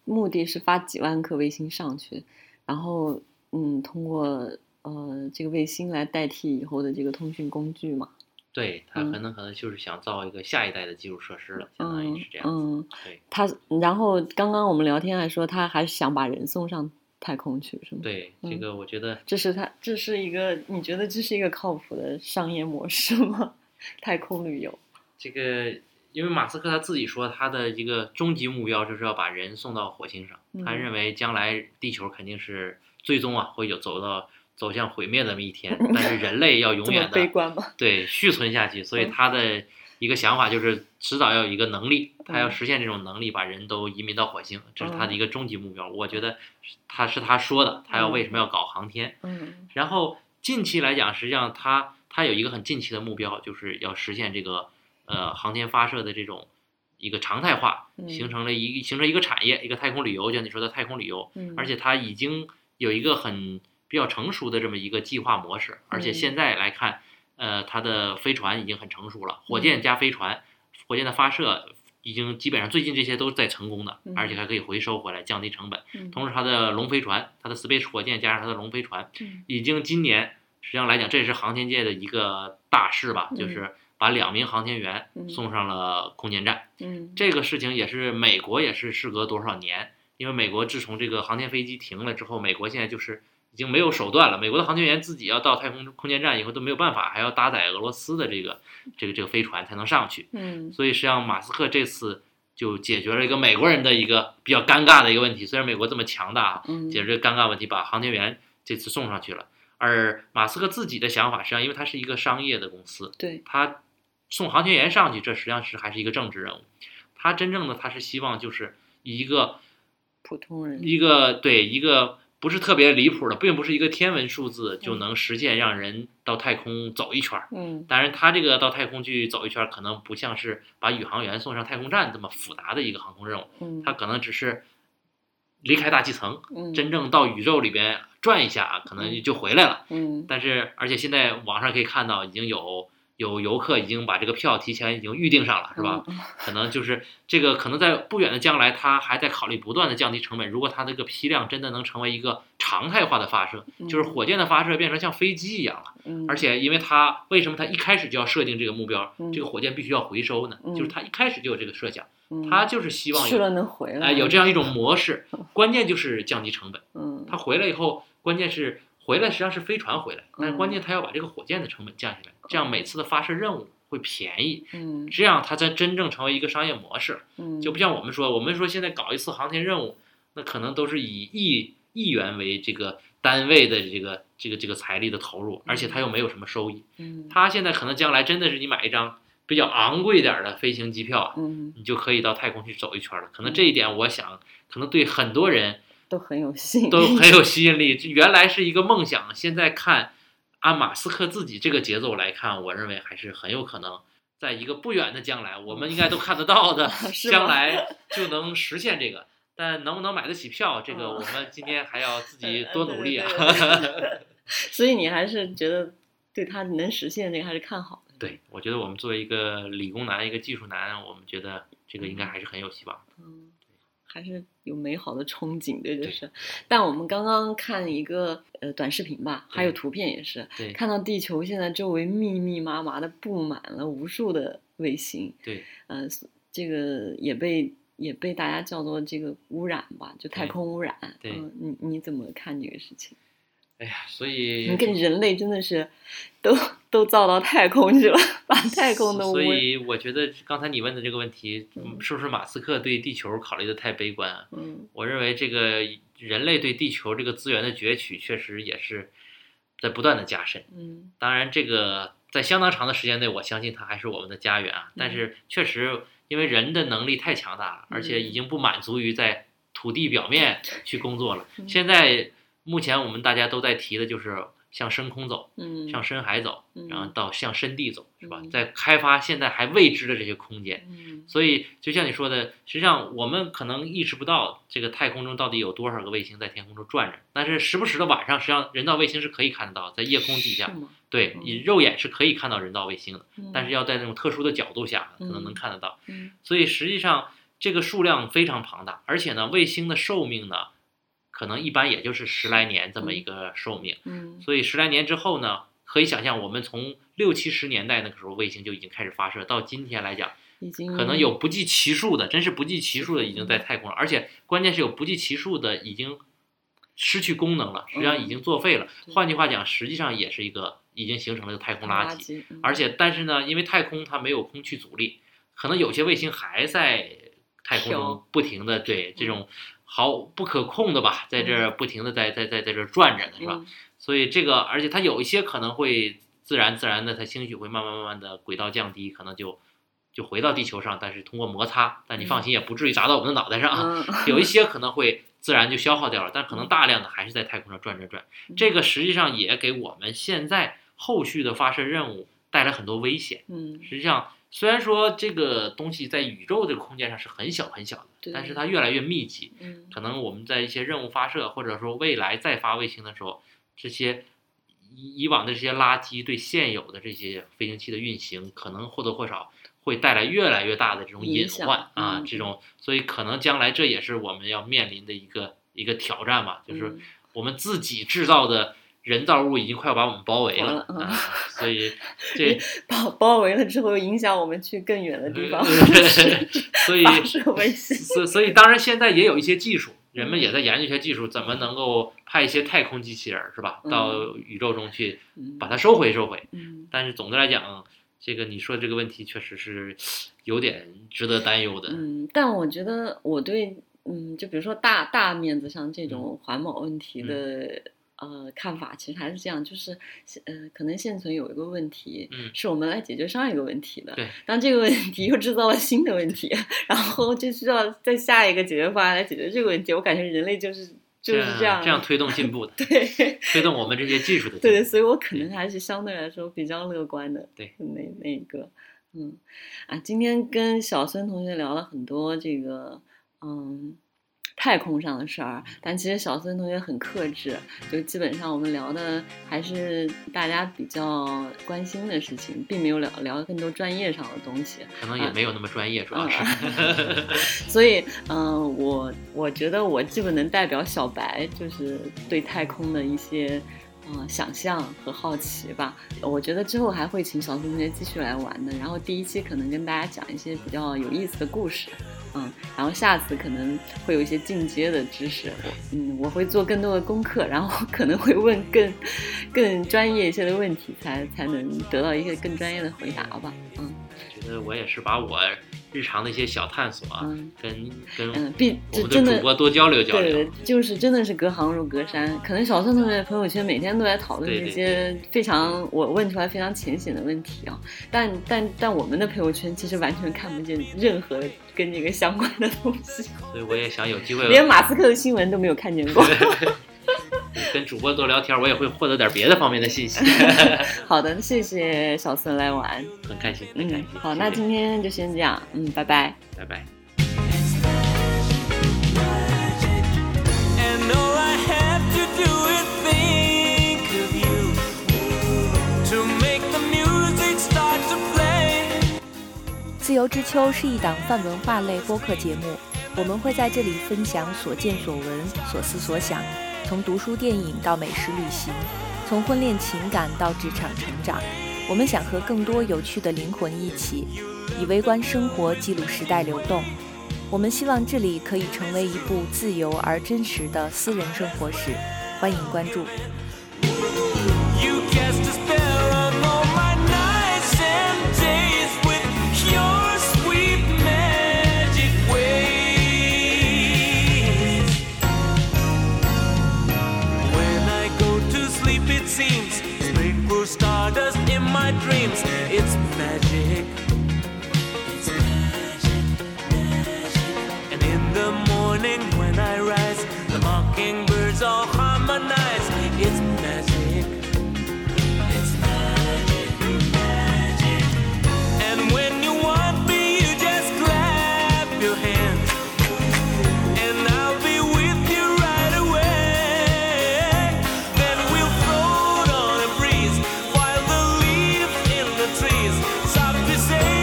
Speaker 1: 目的是发几万颗卫星上去，然后嗯，通过呃这个卫星来代替以后的这个通讯工具嘛，
Speaker 2: 对他
Speaker 1: 嗯
Speaker 2: 可能可能就是想造一个下一代的基础设施了，相当
Speaker 1: 嗯
Speaker 2: 于是这样子。
Speaker 1: 嗯，
Speaker 2: 对
Speaker 1: 他然后刚刚我们聊天还说他还想把人送上太空去，是吗？，
Speaker 2: 对，
Speaker 1: 嗯
Speaker 2: 这个我觉得
Speaker 1: 这是他这是一个你觉得这是一个靠谱的商业模式吗？ 太空旅游，
Speaker 2: 这个，因为马斯克他自己说他的一个终极目标就是要把人送到火星上，他
Speaker 1: 嗯
Speaker 2: 认为将来地球肯定是最终啊会有走到。走向毁灭的这么一 天，但是人类要永
Speaker 1: 这么
Speaker 2: 远的
Speaker 1: 悲观吗？
Speaker 2: 对续存下去，所以
Speaker 1: 嗯
Speaker 2: 他的一个想法就是迟早要有一个能力，他要
Speaker 1: 嗯
Speaker 2: 实现这种能力，把人都移民到火星，这是他
Speaker 1: 嗯
Speaker 2: 的一个终极目标。我觉得是他是他说的，他要为
Speaker 1: 嗯
Speaker 2: 什么要搞航天？
Speaker 1: 嗯
Speaker 2: 然后近期来讲，实际上他他有一个很近期的目标，就是要实现这个呃航天发射的这种一个常态化，
Speaker 1: 嗯
Speaker 2: 形成了一形成一个产业，一个太空旅游，就像你说的太空旅游，
Speaker 1: 嗯，
Speaker 2: 而且它已经有一个很比较成熟的这么一个计划模式，而且
Speaker 1: 嗯
Speaker 2: 现在来
Speaker 1: 嗯
Speaker 2: 看，呃，它的飞船已经很成熟了，火箭加飞船，火箭的发射已经基本上最近这些都在成功的
Speaker 1: 嗯，
Speaker 2: 而且还可以回收回来，降低成本。
Speaker 1: 嗯
Speaker 2: 同时，它的龙飞船，它的 Space 火箭加上它的龙飞船，
Speaker 1: 嗯
Speaker 2: 已经今年实际上来讲，这也是航天界的一个大事吧，
Speaker 1: 嗯
Speaker 2: 就是把两名航天员
Speaker 1: 嗯
Speaker 2: 送上了空间站。
Speaker 1: 嗯，
Speaker 2: 这个事情也是美国也是事隔多少年，因为美国自从这个航天飞机停了之后，美国现在就是已经没有手段了。美国的航天员自己要到太空空间站以后都没有办法，还要搭载俄罗斯的这个这个这个飞船才能上去。
Speaker 1: 嗯
Speaker 2: 所以实际上马斯克这次就解决了一个美国人的一个比较尴尬的一个问题。虽然美国这么强大啊，
Speaker 1: 嗯，
Speaker 2: 解决这个尴尬问题，把航天员这次送上去了。而马斯克自己的想法，实际上因为他是一个商业的公司，
Speaker 1: 对，
Speaker 2: 他送航天员上去，这实际上是还是一个政治任务。他真正的他是希望就是以一个
Speaker 1: 普通人，
Speaker 2: 一个对一个不是特别离谱的，并不是一个天文数字就能实现让人到太空走一圈儿。
Speaker 1: 嗯
Speaker 2: 当然，他这个到太空去走一圈儿，可能不像是把宇航员送上太空站这么复杂的一个航空任务，
Speaker 1: 嗯，
Speaker 2: 他可能只是离开大气层，
Speaker 1: 嗯
Speaker 2: 真正到宇宙里边转一下啊，可能就回来了。
Speaker 1: 嗯
Speaker 2: 但是而且现在网上可以看到，已经有有游客已经把这个票提前已经预定上了，
Speaker 1: 嗯
Speaker 2: 是吧？？可能就是这个，可能在不远的将来，他还在考虑不断的降低成本。如果它这个批量真的能成为一个常态化的发射，
Speaker 1: 嗯
Speaker 2: 就是火箭的发射变成像飞机一样了。
Speaker 1: 嗯，
Speaker 2: 而且，因为它为什么它一开始就要设定这个目标
Speaker 1: 嗯，
Speaker 2: 这个火箭必须要回收呢？
Speaker 1: 嗯
Speaker 2: 就是它一开始就有这个设想，
Speaker 1: 嗯
Speaker 2: 它就是希望
Speaker 1: 去了
Speaker 2: 有
Speaker 1: 能回来，
Speaker 2: 哎有这样一种模式，关键就是降低成本。
Speaker 1: 嗯，
Speaker 2: 他回来以后，关键是回来实际上是飞船回来，但是
Speaker 1: 嗯
Speaker 2: 关键他要把这个火箭的成本降下来，这样
Speaker 1: 哦
Speaker 2: 每次的发射任务会便宜，
Speaker 1: 嗯
Speaker 2: 这样它才真正成为一个商业模式。
Speaker 1: 嗯
Speaker 2: 就不像我们说，我们说现在搞一次航天任务，那可能都是以亿亿元为这个单位的这个这个这个财力的投入，而且它又没有什么收益。
Speaker 1: 嗯
Speaker 2: 它现在可能将来真的是你买一张比较昂贵点儿的飞行机票。
Speaker 1: 嗯
Speaker 2: 你就可以到太空去走一圈了。可能这一点，我想，可能对很多人
Speaker 1: 都很有兴
Speaker 2: 都很有吸引力。这原来是一个梦想，现在看按马斯克自己这个节奏来看，我认为还是很有可能在一个不远的将来，我们应该都看得到的
Speaker 1: 是
Speaker 2: 将
Speaker 1: 吗
Speaker 2: 来就能实现这个。但能不能买得起票，这个我们今天还要 自己多努力啊！
Speaker 1: 嗯嗯对对对 所以你还是觉得对他能实现这个还是看好的。
Speaker 2: 对，我觉得我们作为一个理工男、一个技术男，我们觉得这个应该还是很有希望。
Speaker 1: 嗯，还是有美好的憧憬对这
Speaker 2: 对
Speaker 1: 事。但我们刚刚看一个呃短视频吧，还有图片也是，
Speaker 2: 对
Speaker 1: 看到地球现在周围密密麻麻的布满了无数的卫星，
Speaker 2: 对
Speaker 1: 呃，所这个也被也被大家叫做这个污染吧，就太
Speaker 2: 对
Speaker 1: 空污染。
Speaker 2: 对
Speaker 1: 嗯，你你怎么看这个事情？
Speaker 2: 哎呀，所以
Speaker 1: 你 跟人类真的是都都造到太空去了，把太空都污
Speaker 2: 所
Speaker 1: 染。
Speaker 2: 以我觉得刚才你问的这个问题，
Speaker 1: 嗯
Speaker 2: 是不是马斯克对地球考虑的太悲观啊？
Speaker 1: 嗯
Speaker 2: 我认为这个人类对地球这个资源的攫取，确实也是在不断的加深。
Speaker 1: 嗯
Speaker 2: 当然，这个在相当长的时间内，我相信它还是我们的家园啊。
Speaker 1: 嗯
Speaker 2: 但是，确实因为人的能力太强大了，而
Speaker 1: 嗯
Speaker 2: 且已经不满足于在土地表面去工作了。
Speaker 1: 嗯
Speaker 2: 现在目前我们大家都在提的就是向深空走，
Speaker 1: 嗯，
Speaker 2: 向深海走，
Speaker 1: 嗯
Speaker 2: 然后到向深地走，是吧
Speaker 1: 嗯？
Speaker 2: 在开发现在还未知的这些空间。
Speaker 1: 嗯
Speaker 2: 所以，就像你说的，实际上我们可能意识不到这个太空中到底有多少个卫星在天空中转着，但是时不时的晚上，实际上人造卫星是可以看得到，在夜空底
Speaker 1: 是
Speaker 2: 下，
Speaker 1: 吗
Speaker 2: 对
Speaker 1: 嗯
Speaker 2: 你肉眼是可以看到人造卫星的，
Speaker 1: 嗯
Speaker 2: 但是要在那种特殊的角度下，可能能
Speaker 1: 嗯
Speaker 2: 看得到。
Speaker 1: 嗯
Speaker 2: 所以实际上这个数量非常庞大，而且呢，卫星的寿命呢，可能一般也就是十来年这么一个寿命。
Speaker 1: 嗯
Speaker 2: 所以十来年之后呢，可以想象我们从六七十年代那个时候卫星就已经开始发射，到今天来讲。
Speaker 1: 已经
Speaker 2: 可能有不计其数的，真是不计其数的已经在太空了，而且关键是有不计其数的已经失去功能了，实际上已经作废了。
Speaker 1: 对
Speaker 2: 换句话讲，实际上也是一个已经形成了太空垃圾。
Speaker 1: 圾，嗯
Speaker 2: 而且，但是呢，因为太空它没有空气阻力，可能有些卫星还在太空中
Speaker 1: 飘
Speaker 2: 不停的对这种毫不可控的吧，在这儿不停的在在在在这儿转着呢，是吧？
Speaker 1: 嗯
Speaker 2: 所以这个，而且它有一些可能会自然自然的，它兴许会慢慢慢慢的轨道降低，可能就就回到地球上，但是通过摩擦，但你放心，也不至于砸到我们的脑袋上啊。
Speaker 1: 嗯
Speaker 2: 有一些可能会自然就消耗掉了，但可能大量的还是在太空上转转转
Speaker 1: 嗯。
Speaker 2: 这个实际上也给我们现在后续的发射任务带来很多危险。
Speaker 1: 嗯
Speaker 2: 实际上，虽然说这个东西在宇宙这个空间上是很小很小
Speaker 1: 对
Speaker 2: 的，但是它越来越密集。
Speaker 1: 嗯
Speaker 2: 可能我们在一些任务发射，或者说未来再发卫星的时候，这些以以往的这些垃圾对现有的这些飞行器的运行，可能或多或少会带来越来越大的这种
Speaker 1: 影
Speaker 2: 隐
Speaker 1: 响
Speaker 2: 患啊
Speaker 1: 嗯，
Speaker 2: 这种，所以可能将来这也是我们要面临的一个一个挑战吧，就是
Speaker 1: 嗯
Speaker 2: 我们自己制造的人造物已经快要把我们包围
Speaker 1: 完
Speaker 2: 了
Speaker 1: 了
Speaker 2: 啊，所以这
Speaker 1: 包包围了之后，又影响我们去更远的
Speaker 2: 呃
Speaker 1: 地 方，
Speaker 2: 所以
Speaker 1: 发射卫星。
Speaker 2: 所所以，当然现在也有一些技术，人们也在研究一些技术，怎么能够派一些太空机器人儿，是吧？
Speaker 1: 嗯
Speaker 2: 到宇宙中去
Speaker 1: 嗯
Speaker 2: 把它收回收回。
Speaker 1: 嗯，
Speaker 2: 但是总的来讲，这个你说的这个问题确实是有点值得担忧的。
Speaker 1: 嗯，但我觉得我对，嗯，就比如说大大面子上
Speaker 2: 嗯
Speaker 1: 这种环保问题的、呃看法，其实还是这样，就是呃，可能现存有一个问题。
Speaker 2: 嗯
Speaker 1: 是我们来解决上一个问题的，
Speaker 2: 对，
Speaker 1: 但这个问题又制造了新的问题，然后就需要在下一个解决方案来解决这个问题。我感觉人类就是就是
Speaker 2: 这样
Speaker 1: 样，
Speaker 2: 这样推动进步的，
Speaker 1: 对
Speaker 2: 推动我们这些技术的进步。
Speaker 1: 对，所以我可
Speaker 2: 对
Speaker 1: 能还是相对来说比较乐观的，
Speaker 2: 对
Speaker 1: 那那一个，嗯，啊，今天跟小孙同学聊了很多这个，嗯。太空上的事儿，但其实小孙同学很克制，就基本上我们聊的还是大家比较关心的事情，并没有聊聊更多专业上的东西。
Speaker 2: 可能也没有那么专业，主要是。
Speaker 1: 所以，嗯、我我觉得我基本能代表小白，就是对太空的一些。嗯，想象和好奇吧，我觉得之后还会请小苏同学继续来玩的。然后第一期可能跟大家讲一些比较有意思的故事，嗯，然后下次可能会有一些进阶的知识，我嗯，我会做更多的功课，然后可能会问更更专业一些的问题才，才能得到一个更专业的回答吧，嗯
Speaker 2: 觉得我也是把我日常的一些小探索啊，
Speaker 1: 嗯
Speaker 2: 跟跟
Speaker 1: 嗯，毕
Speaker 2: 我
Speaker 1: 这
Speaker 2: 们
Speaker 1: 真
Speaker 2: 的
Speaker 1: 的
Speaker 2: 主播多交流交
Speaker 1: 对
Speaker 2: 流
Speaker 1: 对。，就是真的是隔行如隔山。可能小宋同学朋友圈每天都在讨论
Speaker 2: 对
Speaker 1: 这
Speaker 2: 对
Speaker 1: 些非常我问出来非常浅显的问题啊，但但但我们的朋友圈其实完全看不见任何跟这个相关的东西，
Speaker 2: 所以我也想有机会
Speaker 1: 连马斯克的新闻都没有看见过。
Speaker 2: 跟主播多聊天，我也会获得点别的方面的 信息。
Speaker 1: 好的，谢谢小孙来玩，
Speaker 2: 很开心，很
Speaker 1: 嗯
Speaker 2: 开心。，
Speaker 1: 好，
Speaker 2: 谢
Speaker 1: 那
Speaker 2: 谢
Speaker 1: 今天就先这样，嗯，拜拜。
Speaker 2: 拜拜。
Speaker 3: And all I had to do is think of you to make the music start to play.
Speaker 4: 自由之秋是一档泛文化类播客节目，我们会在这里分享所见所闻、所思所想，从读书、电影到美食旅行，从婚恋情感到职场成长，我们想和更多有趣的灵魂一起，以微观生活记录时代流动。我们希望这里可以成为一部自由而真实的私人生活史，欢迎关注。
Speaker 3: You cast a spell on all my nights and days with your sweet magic ways. When I go to sleep, it seems sprinkle stardust in my dreams. It's magic. It's magic, magic. And in the morning when I rise, the mockingbirds all harmonize. It's magic. It's magic, magic. And when you want me, you just clap your hands, and I'll be with you right away. Then we'll float on a breeze while the leaves in the trees softly say,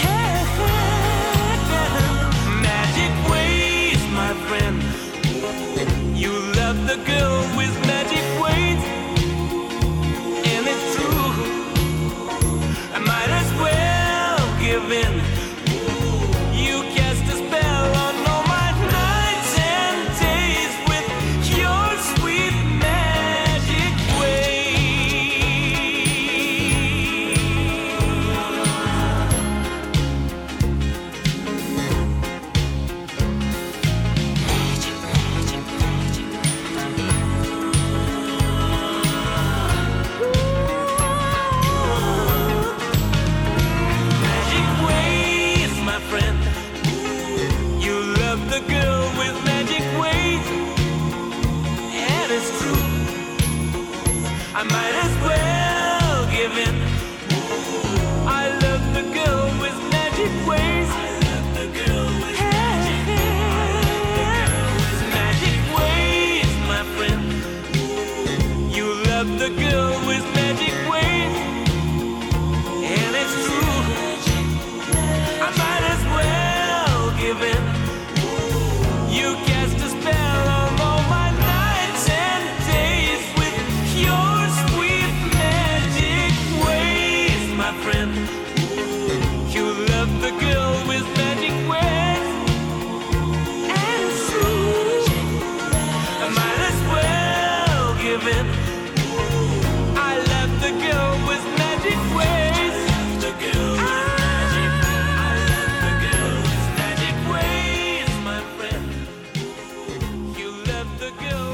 Speaker 3: "Hey, magic ways, the girl